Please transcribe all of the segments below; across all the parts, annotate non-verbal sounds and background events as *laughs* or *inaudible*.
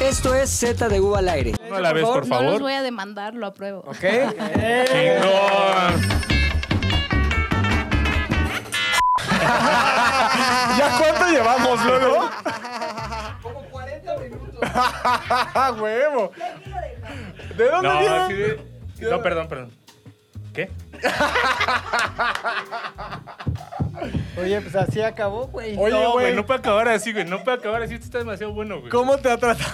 Esto es Z de U al aire. Uno a la vez, por No los favor. voy a demandar, lo apruebo. ¿Ok? Chingón. ¿Ya cuánto llevamos, luego? Como 40 *laughs* minutos. ¡Huevo! ¿De dónde No, viene? sí, sí. no, perdón, perdón. ¿Qué? Oye, pues así acabó, güey. Oye, no, güey. güey, no puede acabar así, güey. No puede acabar así. Esto está demasiado bueno, güey. ¿Cómo te ha tratado?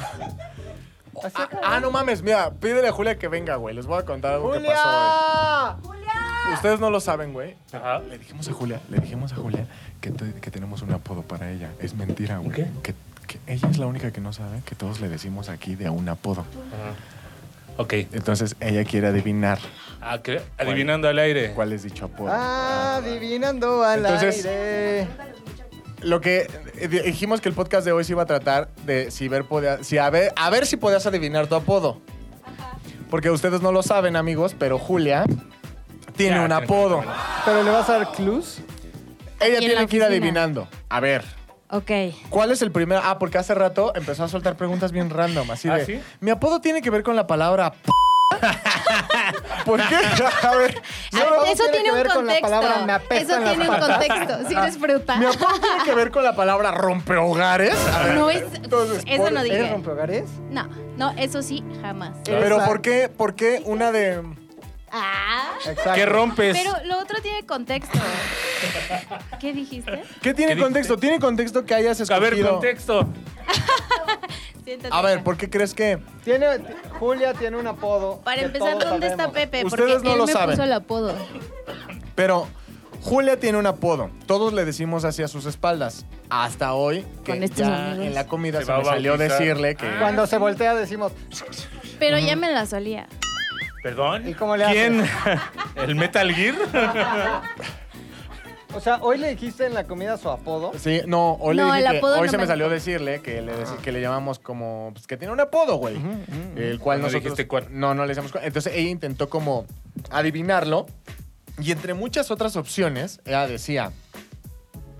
Así Ah, acabó. ah, no mames, mira, pídele a Julia que venga, güey. Les voy a contar algo que pasó, ¡Julia! güey. Ustedes no lo saben, güey. Ajá. Le dijimos a Julia, le dijimos a Julia que, te- que tenemos un apodo para ella. Es mentira, güey. ¿Qué? Que, que ella es la única que no sabe que todos le decimos aquí de un apodo. Ok. Entonces ella quiere adivinar Ah, ¿qué? Adivinando al aire. cuál es dicho apodo. Ah. Ah. Adivinando al Entonces- aire. Lo que eh, dijimos que el podcast de hoy se iba a tratar de si ver podía- si a ver, a ver si podías adivinar tu apodo. Porque ustedes no lo saben, amigos, pero Julia tiene Ya, un tiene apodo. ¿Pero le vas a dar clues? Aquí en Ella la tiene que ir oficina. adivinando. A ver. Ok. ¿Cuál es el primer? Ah, porque hace rato empezó a soltar preguntas bien random, así de. ¿Ah, sí? Mi apodo tiene que ver con la *laughs* palabra. p-". ¿Por qué? A ver. Ay, Solo eso tiene que tiene un ver con contexto. la palabra, me eso apestan las tiene un patas. contexto. Si Ah, eres fruta. Mi apodo tiene que ver con la palabra rompehogares. A ver, No es. entonces, eso por- no ¿Eres dije. rompehogares? No, no, eso sí, jamás. Pero Exacto. ¿por qué? ¿Por qué una de. Ah. Exacto. ¿Qué rompes? Pero lo otro tiene contexto. ¿Qué dijiste? ¿Qué tiene ¿Qué contexto? dijiste? Tiene contexto que hayas A escogido. ver, contexto. Siéntate A ver, acá. ¿por qué crees que.? Tiene, t- Julia tiene un apodo. Para que empezar, todos ¿dónde está sabemos. Pepe? Ustedes Porque no él lo me saben. puso el apodo. Pero Julia tiene un apodo. Todos le decimos hacia sus espaldas. Hasta hoy, Con que estos ya amigos. en la comida Se se, va a me salió bautizar. Ah. decirle que. Cuando se voltea decimos, Pero ya me la solía. ¿Perdón? ¿Y cómo le haces? ¿Quién? *laughs* ¿El Metal Gear? o sea, hoy le dijiste en la comida su apodo. Sí, no, hoy, le No, dije el que- apodo hoy no se me, me salió gusta. decirle que le, Ah. deci- que le llamamos como... Pues que tiene un apodo, güey. El cual No nosotros... dijiste cuál. No, no le decíamos cuál. Entonces ella intentó como adivinarlo. Y entre muchas otras opciones, ella decía...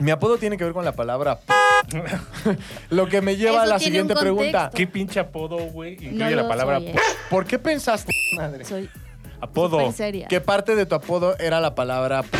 Mi apodo tiene que ver con la *laughs* palabra... p-". Lo que me lleva a Eso la tiene siguiente un pregunta. contexto. ¿Qué pinche apodo, güey? No Incluye la lo palabra soy, eh. ¿Por qué pensaste Madre. Soy apodo. súper seria. que parte de tu apodo era la palabra... p-?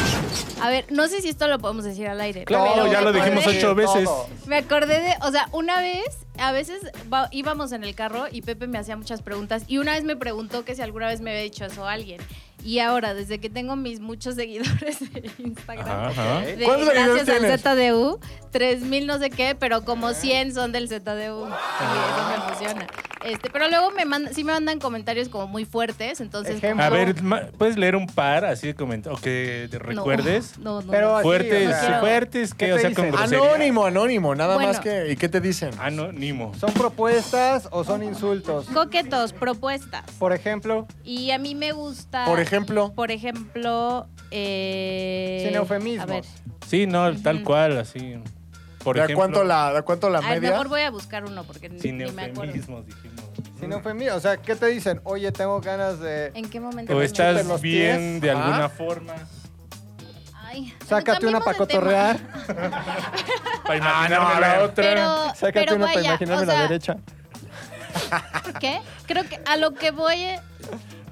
A ver, no sé si esto lo podemos decir al aire. Claro, pero ya lo me dijimos acordé- ocho veces. Todo. Me acordé de, o sea, una vez, a veces va- íbamos en el carro y Pepe me hacía muchas preguntas y una vez me preguntó que si alguna vez me había dicho eso a alguien. Y ahora, desde que tengo mis muchos *laughs* seguidores de Instagram, Ajá, ajá. de ¿Cuántos seguidores gracias tienes? al ZDU, 3000 no sé qué, pero como 100 son del ZDU. Y eso me emociona. Este, pero luego me mandan, sí me mandan comentarios como muy fuertes, entonces Ejemplo. A como- ver, ma- ¿puedes leer un par así de comentarios? ¿O que de- No, recuerdes? No, no. Pero no. así, Fuertes, o sea, fuertes, que, ¿qué o te sea, con dicen? grosería. Anónimo, anónimo. Nada Bueno. más que... ¿Y qué te dicen? Anónimo. ¿Son propuestas o son insultos? Coquetos, propuestas. Por ejemplo, Y a mí me gusta. Por ejemplo. Por ejemplo. Eh, Sin eufemismos. A ver. Sí, no, tal cual, así. Por ¿De a ejemplo, cuánto la, de a cuánto la A ver, media? mejor voy a buscar uno porque ni, Sin ni me acuerdo. eufemismos, dijimos. si no fue mío, o sea, ¿qué te dicen? Oye, tengo ganas de... ¿En qué momento? O me Súper estás los bien pies. de Ajá. alguna forma. Ay, Sácate una para cambiemos de cotorrear. *laughs* tema. Para Ah, no, imaginarme a la ver. otra. Pero, Sácate pero una vaya, para imaginarme o sea, la derecha. ¿Qué? Creo que a lo que voy. eh,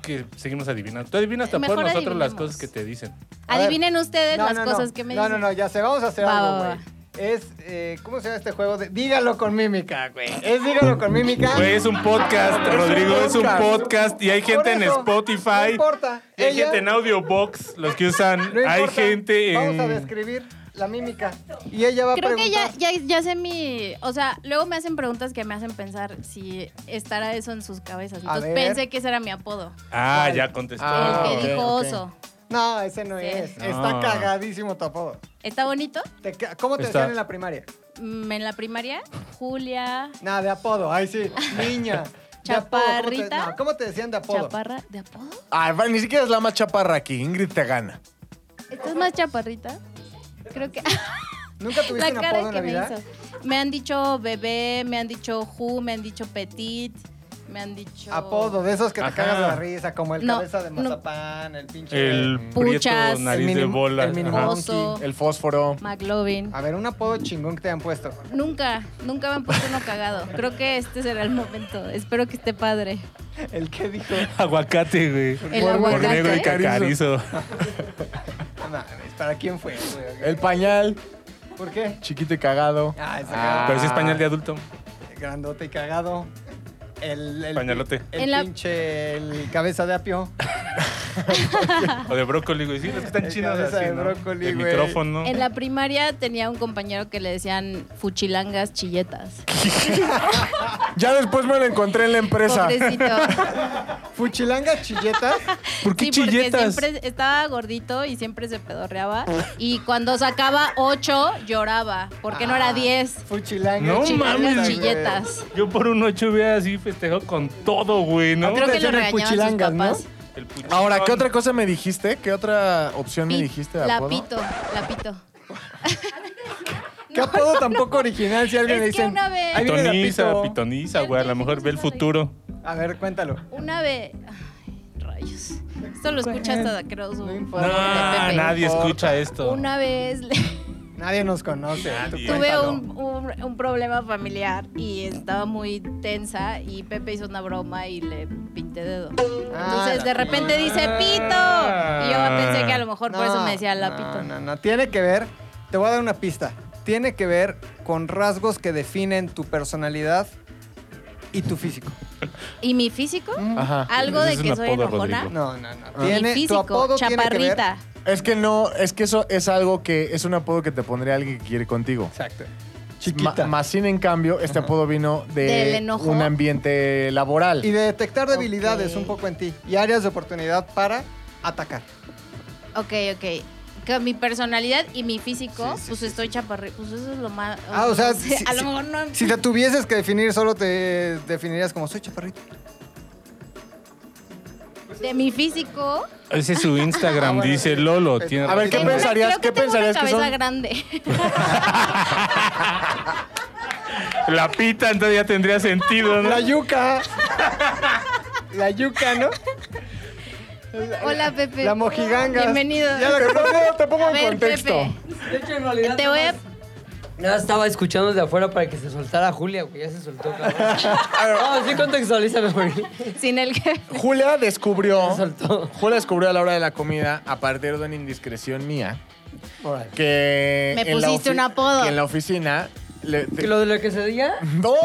Que seguimos adivinando. Tú adivinas hasta por Mejor nosotros las adivinemos. cosas que te dicen. A ver. Adivinen ustedes las cosas no. que me No, dicen. no, no, ya sé, vamos a hacer Va, algo, va, va. güey. Es, eh, ¿cómo se llama este juego? De, dígalo con mímica, güey. Es dígalo con mímica. Ah, Güey, es un podcast, un Rodrigo, es un podcast. podcast y hay Por gente en eso, No Spotify. importa. y hay Ella- gente en Audiobox, los que usan. No importa. hay gente Vamos a en. describir la mímica. Y ella va a Creo que preguntar. ya, ya, ya sé mi. O sea, luego me hacen preguntas que me hacen pensar si estará eso en sus cabezas. A Entonces ver. pensé que ese era mi apodo. Ah, ya contestó. el Ah, que ok, dijo ok. oso. No, ese no Sí. es. No. Está cagadísimo tu apodo. ¿Está bonito? Te ca- ¿Cómo te Está- decían en la primaria? Mm, En la primaria, Julia, Nada, de apodo. Ay, sí. Niña. De apodo, ¿cómo te- Chaparrita. no, ¿Cómo te decían de apodo? Chaparra. ¿De apodo? Ay, Ah, va, ni siquiera es la más chaparra aquí. Ingrid te gana. ¿Estás más chaparrita? Creo que. ¿Nunca *laughs* tuviste la un cara apodo en que la me vida? hizo. Me han dicho bebé, me han dicho Ju, me han dicho Petit. Me han dicho. Apodo, de esos que te Ajá. cagas de la risa, como el No, cabeza de no. mazapán, el pinche. El prieto, Puchas. nariz El de mini- bola. el mini ajá. mouse. Oso. El fósforo. McLovin. A ver, un apodo chingón que te han puesto. Nunca, nunca me han puesto uno cagado. Creo que este será el momento. Espero que esté padre. El que dijo. Aguacate, güey. El Por- por aguacate. Negro y cacarizo. "No mames, ¿Para quién fue? güey?" El pañal. ¿Por qué? Chiquito y cagado. Ah, ese Pero si es pañal de adulto. Grandote y cagado. El, el- Pañalote. El En la- pinche el cabeza de apio. O de brócoli, güey. Sí, los que están El chinos cabeza así, de ¿no? brócoli, El güey. micrófono. En la primaria tenía un compañero que le decían fuchilangas chilletas. Ya después me lo encontré en la empresa. *laughs* Pobrecito. Fuchilanga chilleta. ¿Por qué Sí, chilletas? porque siempre estaba gordito y siempre se pedorreaba. Y cuando sacaba ocho, lloraba. Porque no era Ah, diez. Fuchilanga No chilleta, mames, Chilletas, güey. chilletas. Yo por un 8 vea así festejo con todo, güey, ¿no? ¿A ti Creo no te que lo decían el regañaban sus fuchilangas, no? papás. El puchón. Ahora, ¿qué otra cosa me dijiste? ¿Qué otra opción me Pi- dijiste de la apodo? pito, la pito. *laughs* ¿Qué apodo tampoco original si alguien Es le que dicen? una vez- "Ahí viene la Pitoniza, pito". pitoniza, güey. A lo mejor ve el futuro. A ver, cuéntalo. Una vez. Ay, rayos. Esto lo escucha hasta Cruz. No No, importa. nadie escucha esto. Una vez le- Nadie nos conoce. tú Nadie. tuve cuéntalo. un, un- un problema familiar y estaba muy tensa y Pepe hizo una broma y le pinté dedo. Ah, Entonces la de repente pi- dice pito y yo pensé que a lo mejor por eso No, me decía la no, pito. No, no, tiene que ver, te voy a dar una pista. Tiene que ver con rasgos que definen tu personalidad y tu físico. ¿Y mi físico? Ajá. Algo Ese de es que un soy apodo, enojona. Rodrigo. No, no, no. Mi Mm. Tiene, tu apodo físico, tiene que ver. chaparrita. Es que no, es que eso es algo que es un apodo que te pondría alguien que quiere contigo. Exacto. Chiquita. Ma- más sin en cambio, este apodo vino Del de enojo. un ambiente laboral. y de detectar debilidades Ok. un poco en ti y áreas de oportunidad para atacar. Ok, ok. Que mi personalidad y mi físico, pues estoy chaparri, Pues eso es lo más. Ah, *laughs* o sea, no sé, si- a lo si- mejor no. Si te tuvieses que definir, solo te definirías como soy chaparrito. De mi físico. Ese es su Instagram, *laughs* Ah, bueno. dice Lolo. Tiene A ver, ¿qué tengo- pensar? pensarías? creo que ¿Qué tengo pensarías una que cabeza son? grande. La pita, entonces ya tendría sentido, ¿no? La yuca. La yuca, ¿no? Hola, Pepe. La mojiganga. Bienvenido. Ya la conozco, te a pongo en ver, contexto. Pepe. De hecho, en realidad. Te voy a. Nada, estaba escuchando desde afuera para que se soltara Julia, güey. Ya se soltó, *laughs* cabrón. No, sí, contextualízame, güey. Se Sin el que. Julia descubrió, soltó. Julia descubrió a la hora de la comida, a partir de una indiscreción mía, Órale. que Me en la pusiste ofi- un apodo. que en la oficina le- te- Que lo de lo que se diga. ¡No! *laughs*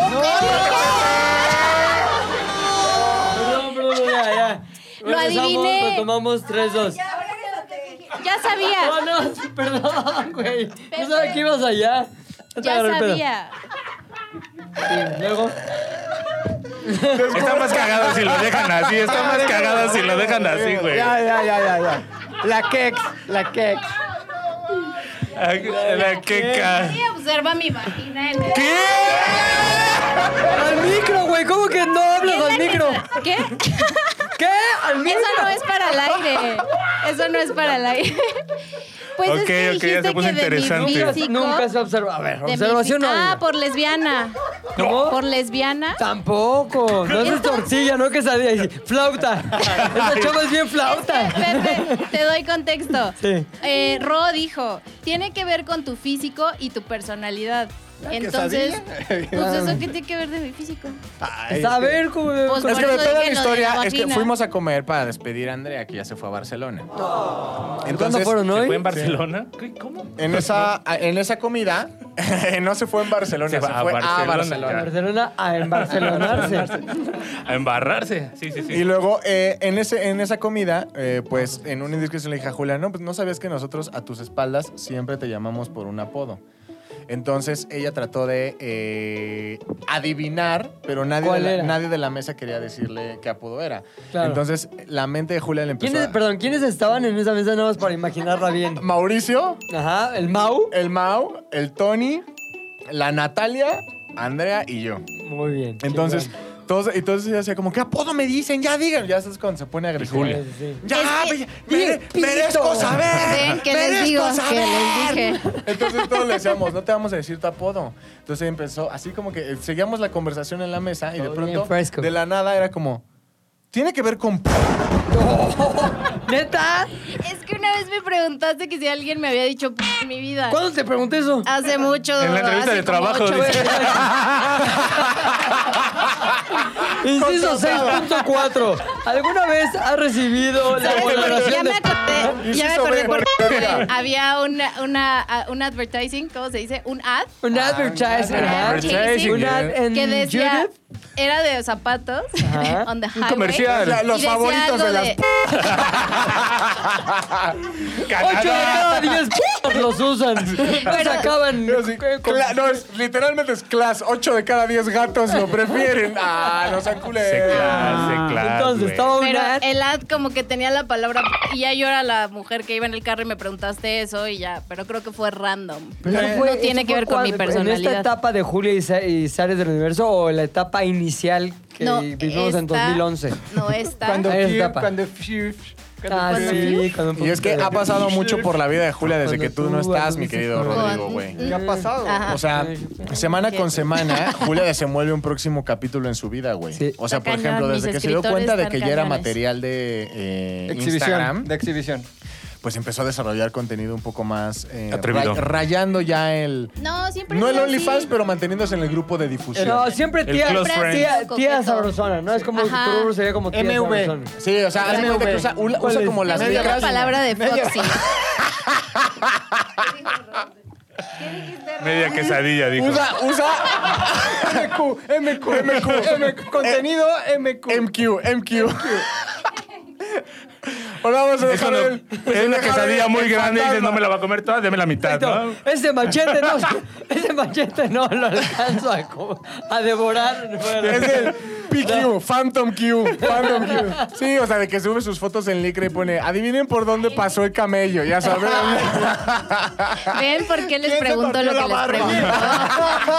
Perdón, perdón, ya, ya. Lo Regresamos, adiviné. Lo tomamos 3-2. Ya No, sabía. no, sí, perdón, güey. No sabía que ibas allá. te Ya agarré el pedo. sabía. Sí, luego. Está más cagado si lo dejan *laughs* así. Está más cagado si lo dejan así, güey. Ya, ya, ya, ya, ya. La quex, la quex. Ay, La queca. Sí, observa mi vagina. en el- ¿Qué? ¡Al micro, güey! ¿Cómo que no hablas al micro? ¿Qué? ¿Qué? ¡Al micro! *laughs* Eso no es para el aire. Eso no es para el aire. *laughs* Pues es Ok, que ok, ya se dijiste puso que de mi interesante. Nunca, físico- nunca se observa. A ver, de mi observación fi- no. Ah, güey. por lesbiana. ¿Cómo? ¿Por lesbiana? Tampoco, no haces tortilla, no quesadilla, y flauta. Esta chava es bien *laughs* flauta. Pepe, te doy contexto. Sí. Eh, Ro dijo, tiene que ver con tu físico y tu personalidad. Entonces, quesadilla. pues eso qué tiene que ver de mi físico. Está A ver, cómo Pues, Es que Por me eso pega dije la lo de historia. Es que vagina. fuimos a comer para despedir a Andrea, que ya se fue a Barcelona. ¿Cuándo Entonces, fueron ¿Se hoy? fue en Barcelona? ¿Qué? ¿Cómo? en esa, en esa comida, *laughs* no se fue en Barcelona, se, Se va a fue Barcelona, a En Barcelona. Barcelona a embarcelonarse. A embarrarse. Sí, sí, sí. Y luego, eh, en, ese, en esa comida, eh, pues en una indiscreción le dije a Julia, no, pues no sabías que nosotros a tus espaldas siempre te llamamos por un apodo. Entonces ella trató de eh, adivinar, pero nadie de, ¿Cuál la, era? nadie de la mesa quería decirle qué apodo era. Claro. Entonces la mente de Julia le empezó ¿Quiénes, a- perdón, ¿quiénes estaban en esa mesa nada más para imaginarla bien? Mauricio, Ajá, el Mau. el Mau, el Tony, la Natalia, Andrea y yo. Muy bien. Entonces, chingón. Todos, y todos hacía como, ¿qué apodo me dicen? Ya digan. Ya sabes cuando se pone agresivo. Julia. Sí. Ya, Es que- ya, mere- merezco saber. Ven, que les merezco digo, que saber. les dije. Entonces todos le decíamos, no te vamos a decir tu apodo. Entonces empezó, así como que eh, seguíamos la conversación en la mesa y de Todo pronto, bien fresco. de la nada, era como, tiene que ver con... p-". ¿Neta? Es que una vez me preguntaste que si alguien me había dicho p en mi vida. ¿Cuándo te pregunté *laughs* eso? Hace mucho. En la entrevista hace de como trabajo, ocho *laughs* dice. años. Inciso Contratada. 6.4. ¿Alguna vez has recibido la ¿Sabes? Ya valoración me de... acordé, ya me Inciso acordé B, porque *laughs* verga. había una, una, a- un advertising, ¿cómo se dice? Un ad. Un advertisement. un ajá. advertising. Un ad en que decía, Judith. era de zapatos, Ajá. *laughs* on the Un highway. comercial. La- los Y decía favoritos algo de las... p-. Ocho de cada diez p- los usan. Los acaban. Yo así, eh, con- cla- no, es- literalmente es class. 8 de cada 10 gatos *laughs* lo prefieren. Ah, no sean culeros. claro, Entonces, estaba un Pero ad. el ad como que tenía la palabra y ya yo era la mujer que iba en el carro y me preguntaste eso y ya, pero creo que fue random. no fue- tiene eso que fue ver con cuando- mi ¿En esta personalidad. etapa de Julia y, Sa- y Sales del Universo o la etapa inicial que No, vivimos en esta- 2011? No está. Cuando Esa Fiu, etapa. cuando Fiu, cuando Ah, Fiu. sí, con un Y es que poquito ha de- pasado mucho por la vida de Julia desde que tú no estás, mi querido Con- Rodrigo, güey. ¿Qué ha pasado? Ajá. O sea, semana con Ah, Ok. *laughs* semana, Julia desenvuelve un próximo capítulo en su vida, güey. Sí. O sea, Está por ejemplo, cañón, desde mis que se dio escritores cuenta de están que ya era cañones. material de eh, Exhibición. Instagram, De exhibición. pues empezó a desarrollar contenido un poco más eh, Atrevido. ray- rayando ya el... No, siempre No fue el así. OnlyFans, pero manteniéndose en el grupo de difusión. No, siempre El tía, close tía, friend. tía, Coqueto. sabrosona, ¿no? Es como Ajá. tu rubro sería como tía sabrosona. Sí, o sea, haz de cuenta que usa, usa ¿Cuál es? como las Me dio la letras. palabra de Foxy. Media quesadilla, dijo. Usa, *laughs* usa MQ, MQ, MQ. *laughs* Contenido eh, MQ. MQ, MQ. Ahora vamos a Es dejar una, el- es una dejar quesadilla Pues, el- muy el grande y dices, fantasma. no me la va a comer toda, deme la mitad, ¿no? Exacto. Ese machete no, *laughs* ese machete no lo alcanzo a, co- a devorar. Es el PQ, Phantom Q, Phantom Q. Sí, o sea, de que sube sus fotos en Licra y pone, adivinen por dónde pasó el camello, ya saben. *laughs* ¿Ven por qué les ¿Quién se pregunto lo partió que la les barba? pregunto?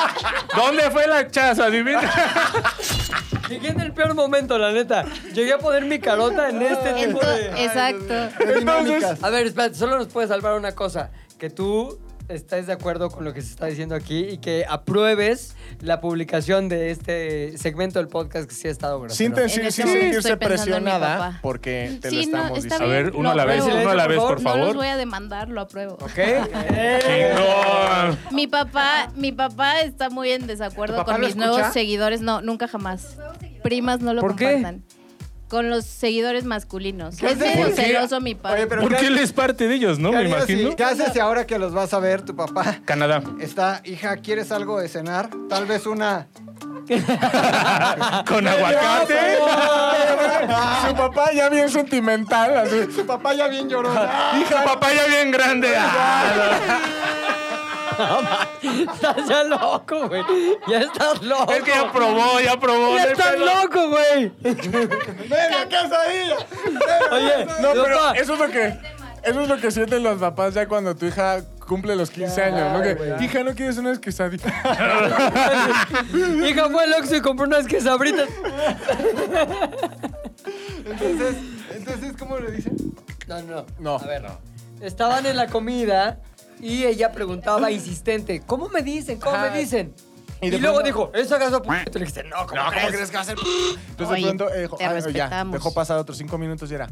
¿Dónde fue la chaza? Adivina. Llegué en el peor momento, la neta. Llegué a poner mi carota en este tipo Entonces- de... exacto. De dinámicas. A ver, espérate, solo nos puede salvar una cosa. Que tú estés de acuerdo con lo que se está diciendo aquí y que apruebes la publicación de este segmento del podcast que sí ha estado grosero. Sin, ten- sin- En este sin momento sentirse estoy pensando en mi presionada papá. porque te lo Sí, no, estamos está A diciendo. bien. ver, uno a la No, vez, pero- uno a la vez, por No los voy favor. a demandar, lo apruebo. ¿Ok? Eh. Chingón. Mi papá, mi papá está muy en desacuerdo ¿Tu papá con lo mis escucha? nuevos seguidores. No, nunca jamás. Primas no lo ¿Por qué? compartan. Con los seguidores masculinos. ¿Qué Es medio haces? celoso mi papá. Oye, pero ¿Por ¿qué qué él harías- es parte de ellos, no? qué Me harías si- imagino. ¿Qué haces si ahora que los vas a ver tu papá? Canadá. Está, hija, ¿quieres algo de cenar? Tal vez una. Con aguacate. *laughs* Su papá ya bien sentimental, así. Tu papá ya bien llorona. Hija papaya bien grande. Ah, *laughs* Estás ya loco, güey. Ya estás loco. no. Es que ya probó, ya probó. Ya no hay estás pedo. loco, güey. ¡Ven a quesadilla! Oye, No, pero papá. eso es lo que. Eso es lo que sienten los papás ya cuando tu hija cumple los 15 años, ¿no? Que, hija, ¿no quieres una quesadilla? *laughs* Hija fue al Oxxo y compró unas quesabritas. Entonces, entonces, ¿cómo le dicen? No, no. No. A ver, no. Estaban en la comida y ella preguntaba insistente, ¿cómo me dicen? ¿Cómo me dicen? Y Y, de luego pronto- dijo, ¿eso acaso p-? Tú le dijiste, no, ¿cómo crees? Ah, que va a ser? Entonces Oye, de pronto eh, dijo, te "Ah, no, ya, respetamos. dejó pasar otros cinco minutos y era.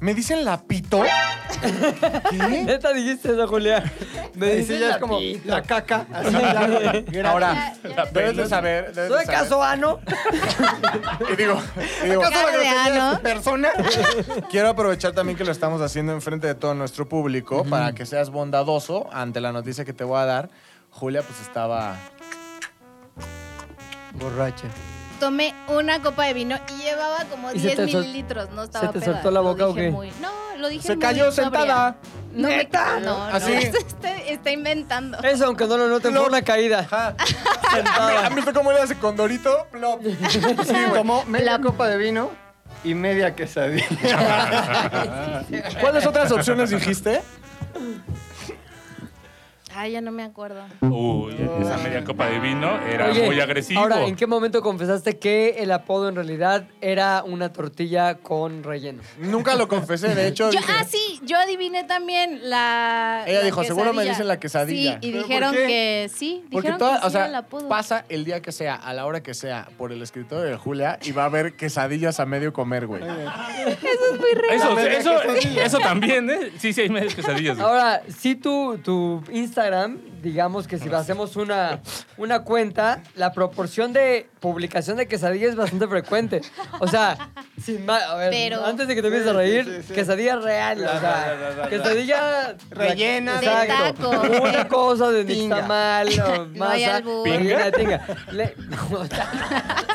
¿Me *laughs* dicen lapito? ¿Qué? Neta dijiste eso, Julia. Me Y sí, dice ya es como la caca. Así, *laughs* ya, güey. Ahora, Ya, ya. debes de saber. Debes ¿Soy de saber. caso ano? Y digo, y digo, Cara de ano. *laughs* persona. quiero aprovechar también que lo estamos haciendo enfrente de todo nuestro público para que seas bondadoso ante la noticia que te voy a dar. Julia, pues estaba. Borracha. Tomé una copa de vino y llevaba como ¿Y se 10 te sol- mililitros. No estaba se te peda, soltó la lo boca o dije qué? muy- no, lo dije Se muy cayó sobria. sentada. No, me- *laughs* no, Así. no. Está, está inventando. Eso, aunque no lo noten, fue una caída. Ja. Sentada. ¿Han visto cómo le hace condorito? Plop. Tomó media La- copa de vino y media quesadilla. ¿Cuáles otras opciones dijiste? Ay, ya no me acuerdo. Uy, esa media copa de vino era Oye, muy agresivo. Ahora, ¿en qué momento confesaste que el apodo en realidad era una tortilla con relleno? Nunca lo confesé, de hecho. Yo, dije, ah, sí, yo adiviné también la. Ella la dijo, "Seguro me dicen la quesadilla". Sí, y ¿Pero por dijeron qué? que sí. Porque dijeron toda, que sí o al sea, apodo. pasa el día que sea, a la hora que sea, por el escritorio de Julia y va a haber quesadillas a medio comer, güey. Eso, media eso, quesadilla. eso también, ¿eh? Sí, sí, hay medias quesadillas. güey. Ahora, si tu, tu Instagram, digamos que si hacemos una, una cuenta, la proporción de publicación de quesadilla es bastante frecuente. O sea, sin más, a ver, Pero- antes de que te empieces a Sí, sí, reír, sí, sí. quesadilla real, o sea, la, la, la, la. quesadilla Rellena. De exacto. taco. Una cosa de Tinga. nixtamal o No hay masa, albur. rellena de tinga. Le- *laughs* o sea,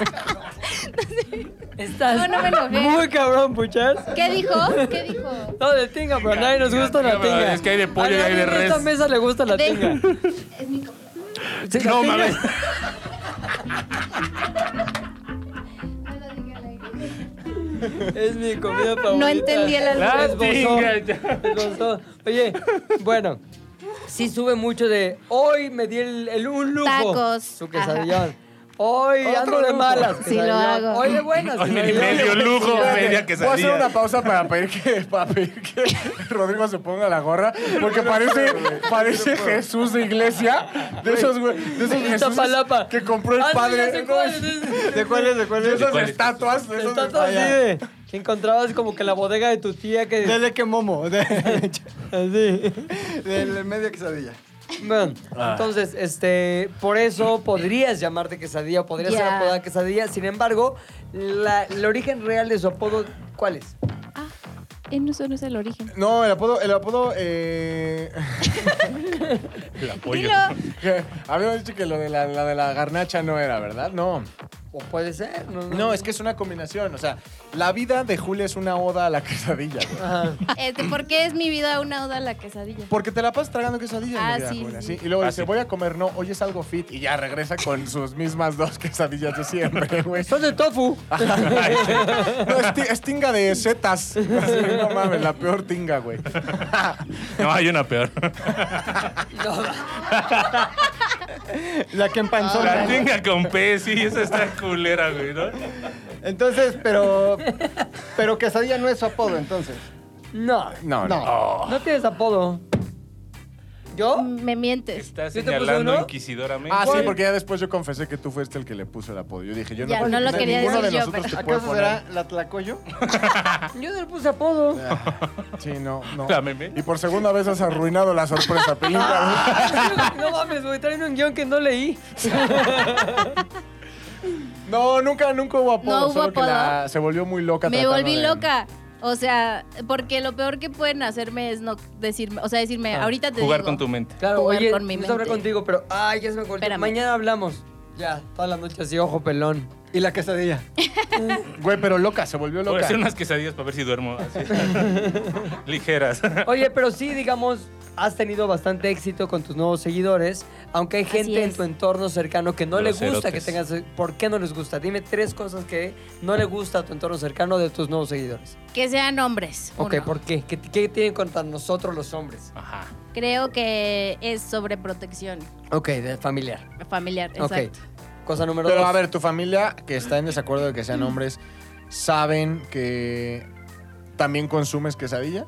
Estás No, no me enojé. muy cabrón, puchas. ¿Qué dijo? ¿Qué dijo? No, de tinga, pero a nadie nos Tinga, gusta la tinga, pero tinga. es que hay de pollo A y hay de nadie En esta res. mesa le gusta la De- tinga. *laughs* Es mi co- Sí, la No tinga. mames. *laughs* Es mi comida favorita. No entendí el albur. La Esbozó, tinga, ya. esbozó. Oye, bueno, sí sube mucho de hoy me di el, el- un lujo. Tacos. Su quesadillón. Hoy ando de malas. Sí, lo quesadillón. hago. Hoy de buenas. Hoy me di quesadillón. medio lujo, Espérate, media Voy a hacer quesadilla. una pausa para pedir que, para pedir que Rodrigo se ponga la gorra, porque parece, parece Jesús de iglesia, de esos, güey, de esos En Jesús Iztapalapa. que compró el Ah, sí, ya padre. sé No, cuál *laughs* es- es. *laughs* ¿De cuál es? ¿De cuál de es? esas cuál es? estatuas. de esas Está ah, todo así allá. de- que encontrabas como que la bodega de tu tía que... Dele que momo. *laughs* De, Así. del media quesadilla. Bueno, entonces, este, por eso podrías llamarte quesadilla o podrías ser Ya. apodada quesadilla. Sin embargo, la- el origen real de su apodo, ¿cuál es? Ah, eh, no, eso no es el origen. No, el apodo, el apodo, eh, *laughs* El apoyo. Dilo. que habíamos dicho que lo de la, la de la garnacha no era, ¿verdad? No. O puede ser, no. no. No, es que es una combinación. O sea, la vida de Julia es una oda a la *laughs* quesadilla, güey. Ajá. Este, ¿Por qué es mi vida una oda a la quesadilla? Porque te la pasas tragando quesadillas, mi Ah, querida sí, Julia, sí. ¿sí? Y luego Ah, dice, sí. voy a comer, no, hoy es algo fit. Y ya regresa con sus mismas dos quesadillas de siempre, güey. Son de tofu. No, es, ti- es tinga de setas. *laughs* Así, no mames, la peor tinga, güey. No, hay una peor. La que empanzó. La tinga con pez, sí, esa está culera, güey, ¿no? Entonces, pero. Pero quesadilla no es su apodo, entonces. No, No, no. Ah, No. no tienes apodo. ¿Yo? Me mientes. Está ¿Yo te puse señalando uno? inquisidoramente. Ah, sí, ¿Cuál? porque ya después yo confesé que tú fuiste el que le puso el apodo. Yo dije, yo no, Ya, creo no que lo ni- quería ninguno decir de yo, nosotros te puede ¿Acaso poner. será la tlacoyo? Yo no le puse apodo. Sí, no, no. La meme. Y por segunda vez has arruinado la *laughs* sorpresa, Pilinga. No mames, güey, traen un guión que no leí. No, nunca, nunca hubo apodo. No hubo solo Que apodo. la- se volvió muy loca. Me tratando volví de- loca. O sea, porque lo peor que pueden hacerme es no decirme, o sea, decirme, ahorita te Ah, Jugar digo. con tu mente. Claro, Jugar oye, con mi necesito hablar mente. contigo, pero. Ay, ya se me acordó. Espérame. Mañana hablamos. Ya, toda la noche así, ojo pelón. Y la *laughs* quesadilla. Güey, pero loca, se volvió Voy a loca. hacer unas quesadillas para ver si duermo. *laughs* así. Ligeras. *laughs* Oye, pero sí, digamos, has tenido bastante éxito con tus nuevos seguidores, aunque hay Así gente en es. tu entorno cercano que no le gusta Groserotes. que tengas... ¿Por qué no les gusta? Dime tres cosas que no le gusta a tu entorno cercano de tus nuevos seguidores. Que sean hombres. Ok, uno. ¿por qué? ¿Qué, qué tienen contra nosotros los hombres? Ah. Ajá. Creo que es sobreprotección Ok, de familiar. familiar. Exacto. Ok. Cosa número Pero dos. a ver, tu familia que está en desacuerdo de que sean hombres, ¿saben que también consumes quesadilla?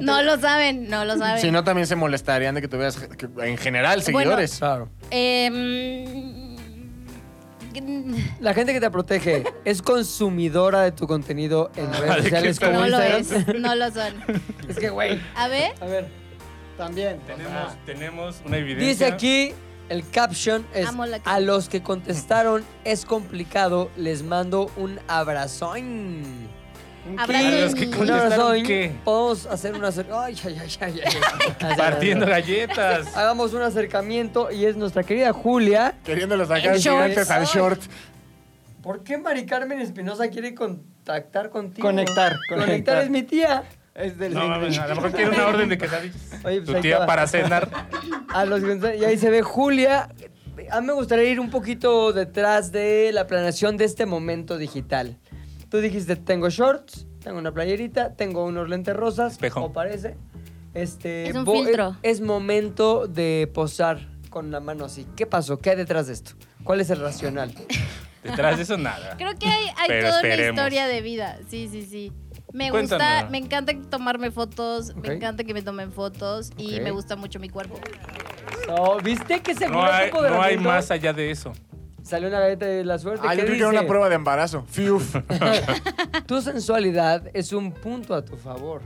No lo saben, no lo saben. Si no, también se molestarían de que tuvieras que- en general seguidores. Claro. Eh, mm, La gente que te protege es consumidora de tu contenido *laughs* en Ah, redes sociales como no lo Instagram. es, no lo son. Es que, güey. A ver, A ver. También. pues, Tenemos, tenemos una evidencia. Dice aquí el caption es Amo la que- a los que contestaron es complicado, les mando un abrazón. A abrazo los que mi- Un abrazón. contestaron qué? Podemos hacer un acercamiento. Ay, ay, ay, ay, ay. Así, Partiendo así. galletas. Hagamos un acercamiento y es nuestra querida Julia. Queriéndolo sacar En shorts. gigantes al short. ¿Por qué Mari Carmen Espinosa quiere contactar contigo? Conectar, Conectar, conectar. es mi tía. Es del. No, mames, a lo *laughs* mejor quiere una orden *laughs* de quesadillas. Oye, pues tu ahí te tía va. *laughs* para cenar. A los que- y ahí se ve Julia. A mí me gustaría ir un poquito detrás de la planeación de este momento digital. Tú dijiste, tengo shorts, tengo una playerita, tengo unos lentes rosas, Espejo. o parece. Este, Es un bo- filtro. Es, momento de posar con la mano así. ¿Qué pasó? ¿Qué hay detrás de esto? ¿Cuál es el *laughs* racional? Detrás de eso nada. Creo que hay, hay Pero toda esperemos. una historia de vida. Sí, sí, sí. Me gusta, Cuéntanos. me encanta tomarme fotos, Ok. me encanta que me tomen fotos y Ok. me gusta mucho mi cuerpo. No, ¿Viste que según No el hay, grupo de no hay Ramiro más allá de eso. Salió una galleta de la suerte. Ah, ¿Qué yo creo que era dice? una prueba de embarazo. Fiuf. *laughs* Tu sensualidad es un punto a tu favor.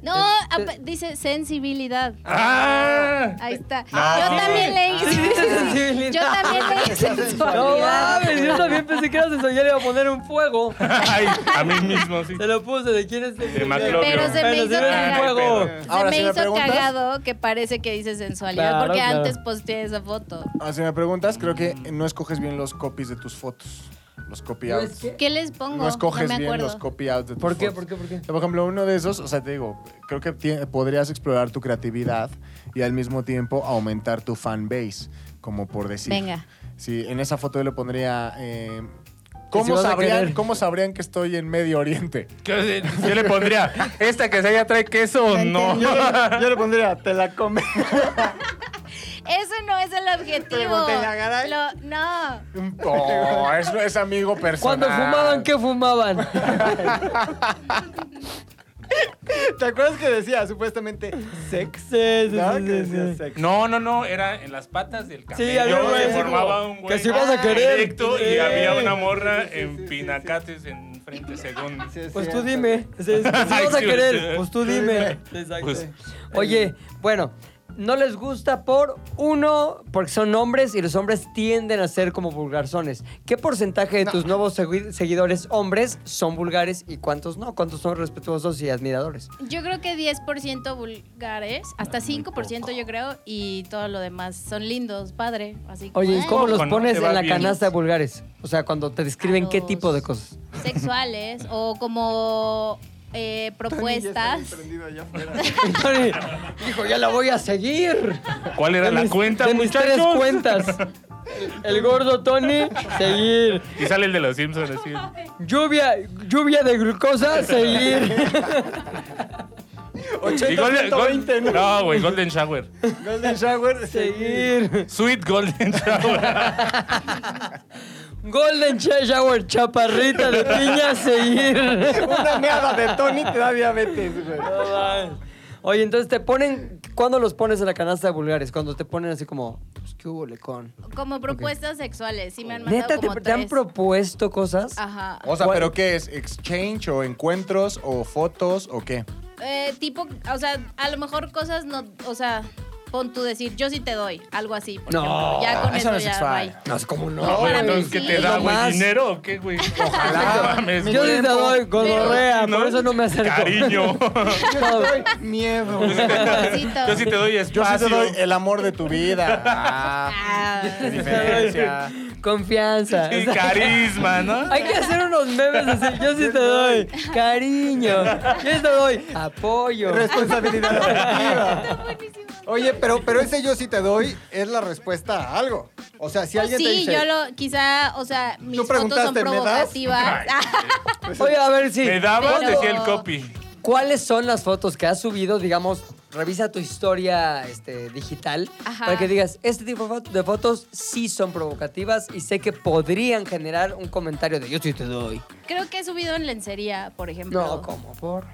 No, Te- apa- dice sensibilidad. ¡Ah! Ahí está. No. Yo también leí. Sí, dice Ah, *laughs* sensibilidad. Yo también leí No sensualidad. mames, yo también pensé que era sensualidad. Le iba a poner un fuego. Ah. *laughs* Ay, a mí mismo, sí. Ah, Se lo puse. ¿De quién es De Max video? Lobio. Pero se me Bueno, sí, hizo cagar. un fuego. Pero- Se Ahora, me si me hizo preguntas- cagado que parece que dice sensualidad Claro, porque claro. antes posteé esa foto. Ah, si me preguntas, creo que no escoges bien los copies de tus fotos. Los copy ¿No es outs. qué? ¿Qué les pongo? No escoges me bien acuerdo. los copy outs de tus ¿Por qué? fotos. ¿Por qué? ¿Por qué? Por ejemplo, uno de esos, o sea, te digo, creo que tie- podrías explorar tu creatividad y al mismo tiempo aumentar tu fan base, como por decir. Venga. Sí, en esa foto yo le pondría. eh, si ¿cómo, vas a sabrían, querer. ¿Cómo sabrían que estoy en *laughs* Medio Oriente? Yo, yo le pondría, ¿esta quesadilla trae queso o no? Yo le pondría, te la comes. Ese no es el objetivo. Pregúntale a Garay. Lo- no. No, Oh, eso es amigo personal. Cuando fumaban, ¿qué *laughs* fumaban? *laughs* ¿Te acuerdas que decía supuestamente sex? Sí, sí, ¿no? sí, Que sí, decía sí. sex. No, no, no, era en las patas del camello. había un güey se así formaba como, un güey. que si vas a querer. Directo Sí. y había una morra Sí, sí, sí, sí, en sí, pinacates en frente según. Sí, es Pues tú cierto. dime. Sí, sí, sí, *laughs* Ay, vas a sí, querer? sí. Pues tú dime. Exacto. Pues- Oye, bueno, no les gusta por uno, porque son hombres y los hombres tienden a ser como vulgarzones. ¿Qué porcentaje de tus nuevos segui- seguidores hombres son vulgares y cuántos no? ¿Cuántos son respetuosos y admiradores? Yo creo que 10% vulgares, hasta 5% yo creo, y todo lo demás son lindos, padre. Así como, Oye, ¿y "Ay, cómo los Con- Mm. no pones te va en la bien. canasta de vulgares? O sea, cuando te describen qué tipo de *laughs* cosas. *laughs* eh, Sexuales o como eh, Tony ya está propuestas. prendido *laughs* allá afuera. Tony, hijo, ya la voy a seguir. ¿Cuál era De la mis- cuenta, de mis tres muchachos? cuentas. El gordo Tony, seguir. Y sale el de los Simpsons así. Lluvia, lluvia de glucosa, seguir. Y Golden, 80-120, Gol- no, güey, Golden Shower. Golden Shower, seguir. seguir. Sweet Golden *laughs* Shower. Golden Shower, chaparrita de piña, seguir. *laughs* Una meada de Tony te da diabetes, güey. Oye, entonces te ponen. ¿Cuándo los pones en la canasta de vulgares? Cuando te ponen así como. Pues, ¿Qué hubo, lecón? Como propuestas sexuales, sí me han mandado Neta, te, como te han tres. propuesto cosas. Ajá. O sea, ¿pero qué es? ¿Exchange o encuentros o fotos o qué? Eh, tipo, o sea, a lo mejor cosas no, o sea, pon tú decir, yo sí te doy, algo así. Por No, ejemplo. ya con eso eso, no es ya sexual. bye. No, es como no. No, güey, para mí entonces, ¿qué sí. te da, Lo güey? más- ¿Dinero o qué, güey? Ojalá. No mames, Yo sí te güey. doy gonorrea, por ¿No? eso no me acerco. Cariño. *laughs* Miedo. Besito. Yo sí te doy Yo sí espacio. te doy el amor de tu vida. Ah, Ah. diferencia. Confianza. Sí, carisma, *laughs* ¿no? Hay que hacer unos memes así. Yo sí te doy cariño. Yo sí te doy apoyo. *laughs* Responsabilidad afectiva. Oye, pero, pero ese yo sí te doy es la respuesta a algo. O sea, si Pues alguien te sí, dice... yo lo, quizá, o sea, mis fotos son preguntaste, ¿me das? provocativas. Oye, a ver si. Me dabas, Pero- decía el copy. ¿Cuáles son las fotos que has subido? Digamos, revisa tu historia este, digital Ajá. para que digas, este tipo de fo- de fotos sí son provocativas y sé que podrían generar un comentario de yo sí te doy. Creo que he subido en lencería, por ejemplo. No, ¿cómo? ¿Por?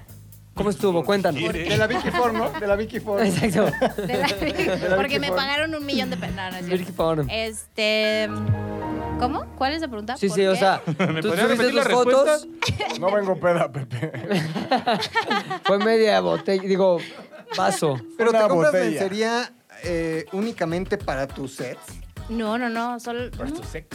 ¿Cómo estuvo? Cuéntanos. De la Vicky Ford, ¿no? De la Vicky Ford. Exacto. De *laughs* la- porque me Ford. pagaron un millón de pesos. No, no es Vicky cierto. Ford. Este. ¿Cómo? ¿Cuál es la pregunta? Sí, ¿Por sí, o qué? sea, ¿Me tú podrías subiste repetir la tus fotos, No vengo peda, Pepe. fue media botella, digo, vaso. Pero Una te compras botella. lencería eh, únicamente para tus sets. No, no, no. Solo. sex.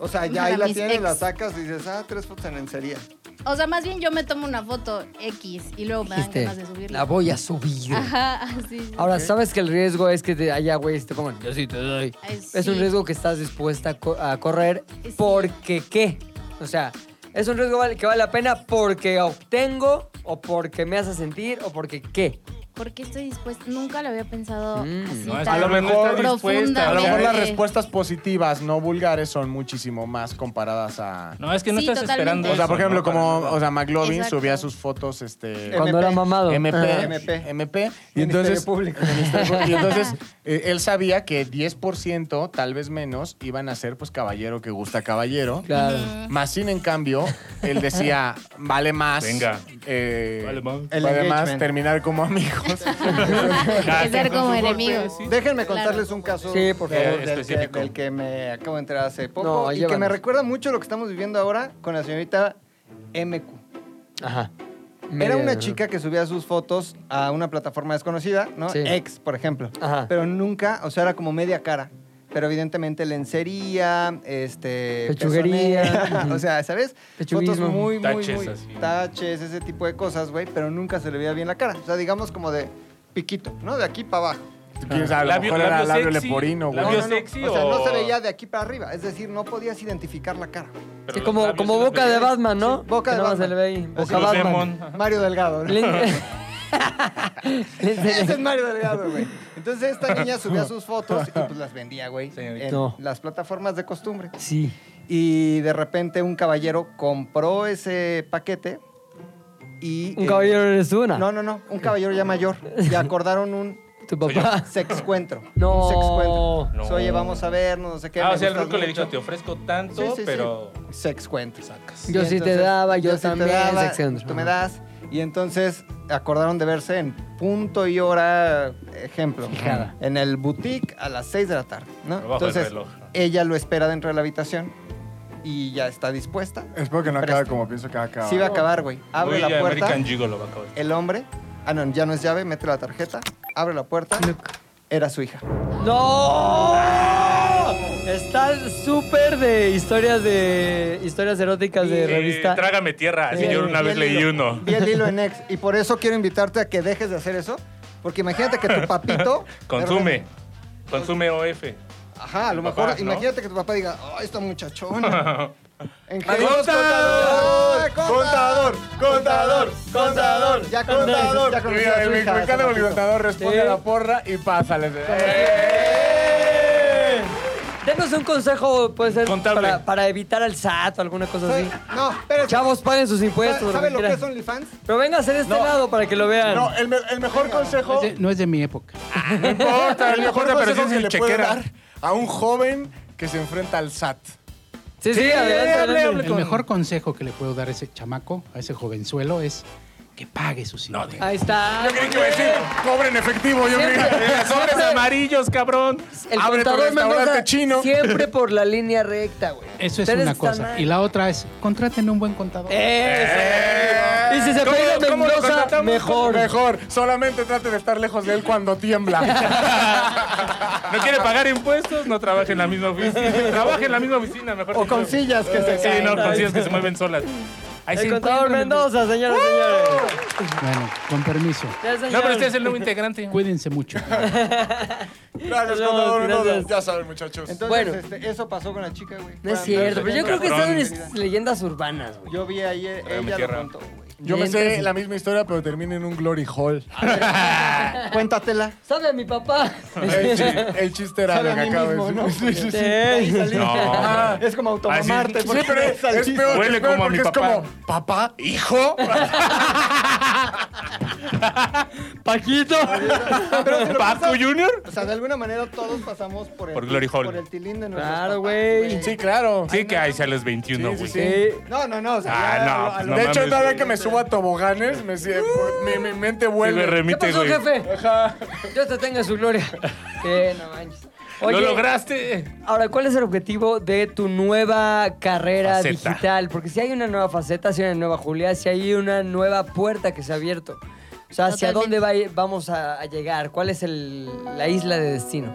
O sea, ya Para ahí la mis tienes, ex. la sacas y dices, ah, tres fotos en lencería. O sea, más bien yo me tomo una foto X y luego me dan Dijiste, ganas de subirla. Este, la voy Ah. a subir. Ajá, sí. sí. Ahora, ¿sabes que el riesgo es que te, allá, güey, te pongan, yo sí te doy? Ay, Es sí. un riesgo que estás dispuesta a, co- a correr Sí. porque qué. O sea, es un riesgo val- que vale la pena porque obtengo o porque me hace sentir o porque qué. ¿por qué estoy dispuesta? Nunca lo había pensado Mm. así. No, es tan que a lo mejor está dispuesta, A lo mejor las profundamente. *laughs* respuestas positivas, no vulgares, son muchísimo más comparadas a... No, es que no Sí, estás totalmente. esperando. O sea, eso, por ejemplo, ¿no? como o sea, McLovin Exacto. subía sus fotos este, Eh, Cuando MP. era mamado. MP, Ajá. MP, MP. y entonces, *laughs* Público. y entonces eh, él sabía que 10%, tal vez menos, iban a ser pues caballero que gusta caballero. Claro. Más sin en cambio, él decía, vale más. Venga. eh, Vale, más. El vale más engagement. terminar como amigos. Ah, Es ser con como su golpe, enemigos. sí. Déjenme Claro. contarles un caso Sí, por de- favor. del, que, Específico. del que me acabo de enterar hace poco No, y que me llévanos. recuerda mucho lo que estamos viviendo ahora con la señorita MQ. Ajá. Era Media, una ¿no? chica que subía sus fotos a una plataforma desconocida, ¿no? Sí. Ex, por ejemplo. Ajá. Pero nunca, o sea, era como media cara. Pero evidentemente lencería, este... Pechuguería. pezonera, Ujú. *laughs* o sea, ¿sabes? Pechuguismo. Fotos muy, muy, Taches, muy... así. Taches, ese tipo de cosas, güey. Pero nunca se le veía bien la cara. O sea, digamos como de piquito, ¿no? De aquí para abajo. Piensa, a lo Labio- mejor era labio labio sexy, leporino, güey. labio No, no, no. sexy O sea, no se o- veía de aquí para arriba. Es decir, no podías identificar la cara. Pero Sí, los como, labios como se los boca veía. de Batman, ¿no? Sí, boca Que de nada más Batman. se le ve ahí. Así Boca los Batman. demon. Mario Delgado, ¿no? Lin- *laughs* *laughs* Ese es Mario Delgado, güey. Entonces esta niña subía sus fotos y pues las vendía, güey. Señorita. En No. las plataformas de costumbre. Sí. Y de repente un caballero compró ese paquete y... Un eh, caballero eres tú, No, no, no. Un caballero ya mayor. Y *laughs* acordaron un Tu papá. sexcuentro. No. Un sexcuentro. Pues No. So, Oye, vamos a vernos, no sé qué. Ah, me o sea, el gustas ruco le he mucho". dicho, te ofrezco tanto, Sí, sí, sí. pero Sexcuentro. sacas. Yo Y sí te entonces, daba, yo sí te también, daba, sexentra. Tú me das. Y entonces acordaron de verse en punto y hora, ejemplo, Fijada. en el boutique a las 6 de la tarde, ¿no? Abajo del entonces reloj. ella lo espera dentro de la habitación y ya está dispuesta. Espero que no acabe Presta. como pienso que va a acabar. Sí va a acabar, güey. Abre Muy la puerta. American Gigolo va a acabar. El hombre, ah no, ya no es llave, mete la tarjeta, abre la puerta. Era su hija. ¡No! Está súper de historias de. historias eróticas de Eh, revista. Trágame tierra, Sí, señor, una Vi vez el leí hilo, uno. Vi el hilo en ex. Y por eso quiero invitarte a que dejes de hacer eso. Porque imagínate que tu *laughs* papito. Consume. Consume OF. Ajá, a lo Tu mejor. papá, ¿no? Imagínate que tu papá diga, ¡ay, esta muchachona! *laughs* En que- ¡Contador! ¡Ay, ¡Contador! ¡Contador! ¡Contador! Ya contador. Ya conocí a Mira, su el hija, mexicano Zapatito. contador responde Sí. a la porra y pásale. Denos un consejo, puede ser. Contable. Para, para evitar el SAT o alguna cosa así. No, espérate. Chavos, pues, paguen sus impuestos. ¿Saben lo que saben lo que quieran. es OnlyFans? Pero vénganse de este lado para que lo vean. No, el, me- el mejor consejo. de- no es de mi época. No importa, el No mejor importa, pero consejo sí que es le puede chequera. dar a un joven que se enfrenta al SAT. sí, sí, adelante. adelante. El mejor consejo que le puedo dar a ese chamaco, a ese jovenzuelo, es que pague sus impuestos. Ahí está. Yo creí que iba a decir, cobre en efectivo. Yo creí Siempre- que Sobres amarillos, cabrón. El Abre tu contador restaurante Mendoza chino. siempre por la línea recta, güey. Eso es Ustedes una están cosa. mal. Eh. Y la otra es, contraten un buen contador. Eso. Y si se ¿Cómo- pega cómo lo Mendoza, contratamos? mejor. Mejor. Solamente trate de estar lejos de él cuando tiembla. No quiere pagar impuestos, no trabaja en la misma oficina. Trabaja en la misma oficina, mejor. O con sillas que se Sí, caen. no, con sillas que se mueven solas. Ahí El sí. contador Mendoza, señoras y señores. Bueno, con permiso. Ya, señor. No, pero este es el nuevo integrante. Cuídense mucho. Gracias, Nos vemos, contador. Mendoza. gracias. Ya saben, muchachos. Entonces, Bueno. este, eso pasó con la chica, güey. No es Fueron cierto, dos pero yo creo que leyendas. están Cabrón. en leyendas urbanas, güey. Yo vi ayer, Tráeme ella lo tierra. contó, güey. Yo me sé la misma historia, pero termina en un glory hall. Cuéntatela. ¿Sabe mi papá? *laughs* El, chi- el chiste era Sabe lo a que mí acabo de mismo, decir. ¿no? Sí, sí, sí. Sí. No. Ah, hombre. es como Ah, automamarte. sí. porque Sí, pero es, saliste. es peor, Huele es peor como a mi porque es papá. como, papá, hijo. Paquito. Pero si lo ¿Paco piensas, Junior? O sea, de alguna manera todos pasamos por el, Por Glory Hall. por el tilín de nuestros Claro, papás, güey. Sí, claro. Sí, que ahí sale los 21, Sí, sí, güey. sí. Sí. No, no, no. O sea, Ah, ya no, a lo- a pues lo- no. de hecho, mames. cada vez que me subo a toboganes, me, Uh. sie- mi, mi mente Sí, me vuelve. ¿Qué remite, pasó, güey. jefe? Dios te tenga en su gloria. Que no manches. Lo Oye, lograste. Ahora, ¿cuál es el objetivo de tu nueva carrera Faceta. digital? Porque si hay una nueva faceta, si hay una nueva Julia, si hay una nueva puerta que se ha abierto. O sea, ¿hacia Totalmente. dónde va a ir- vamos a, a llegar? ¿Cuál es el- la isla de destino?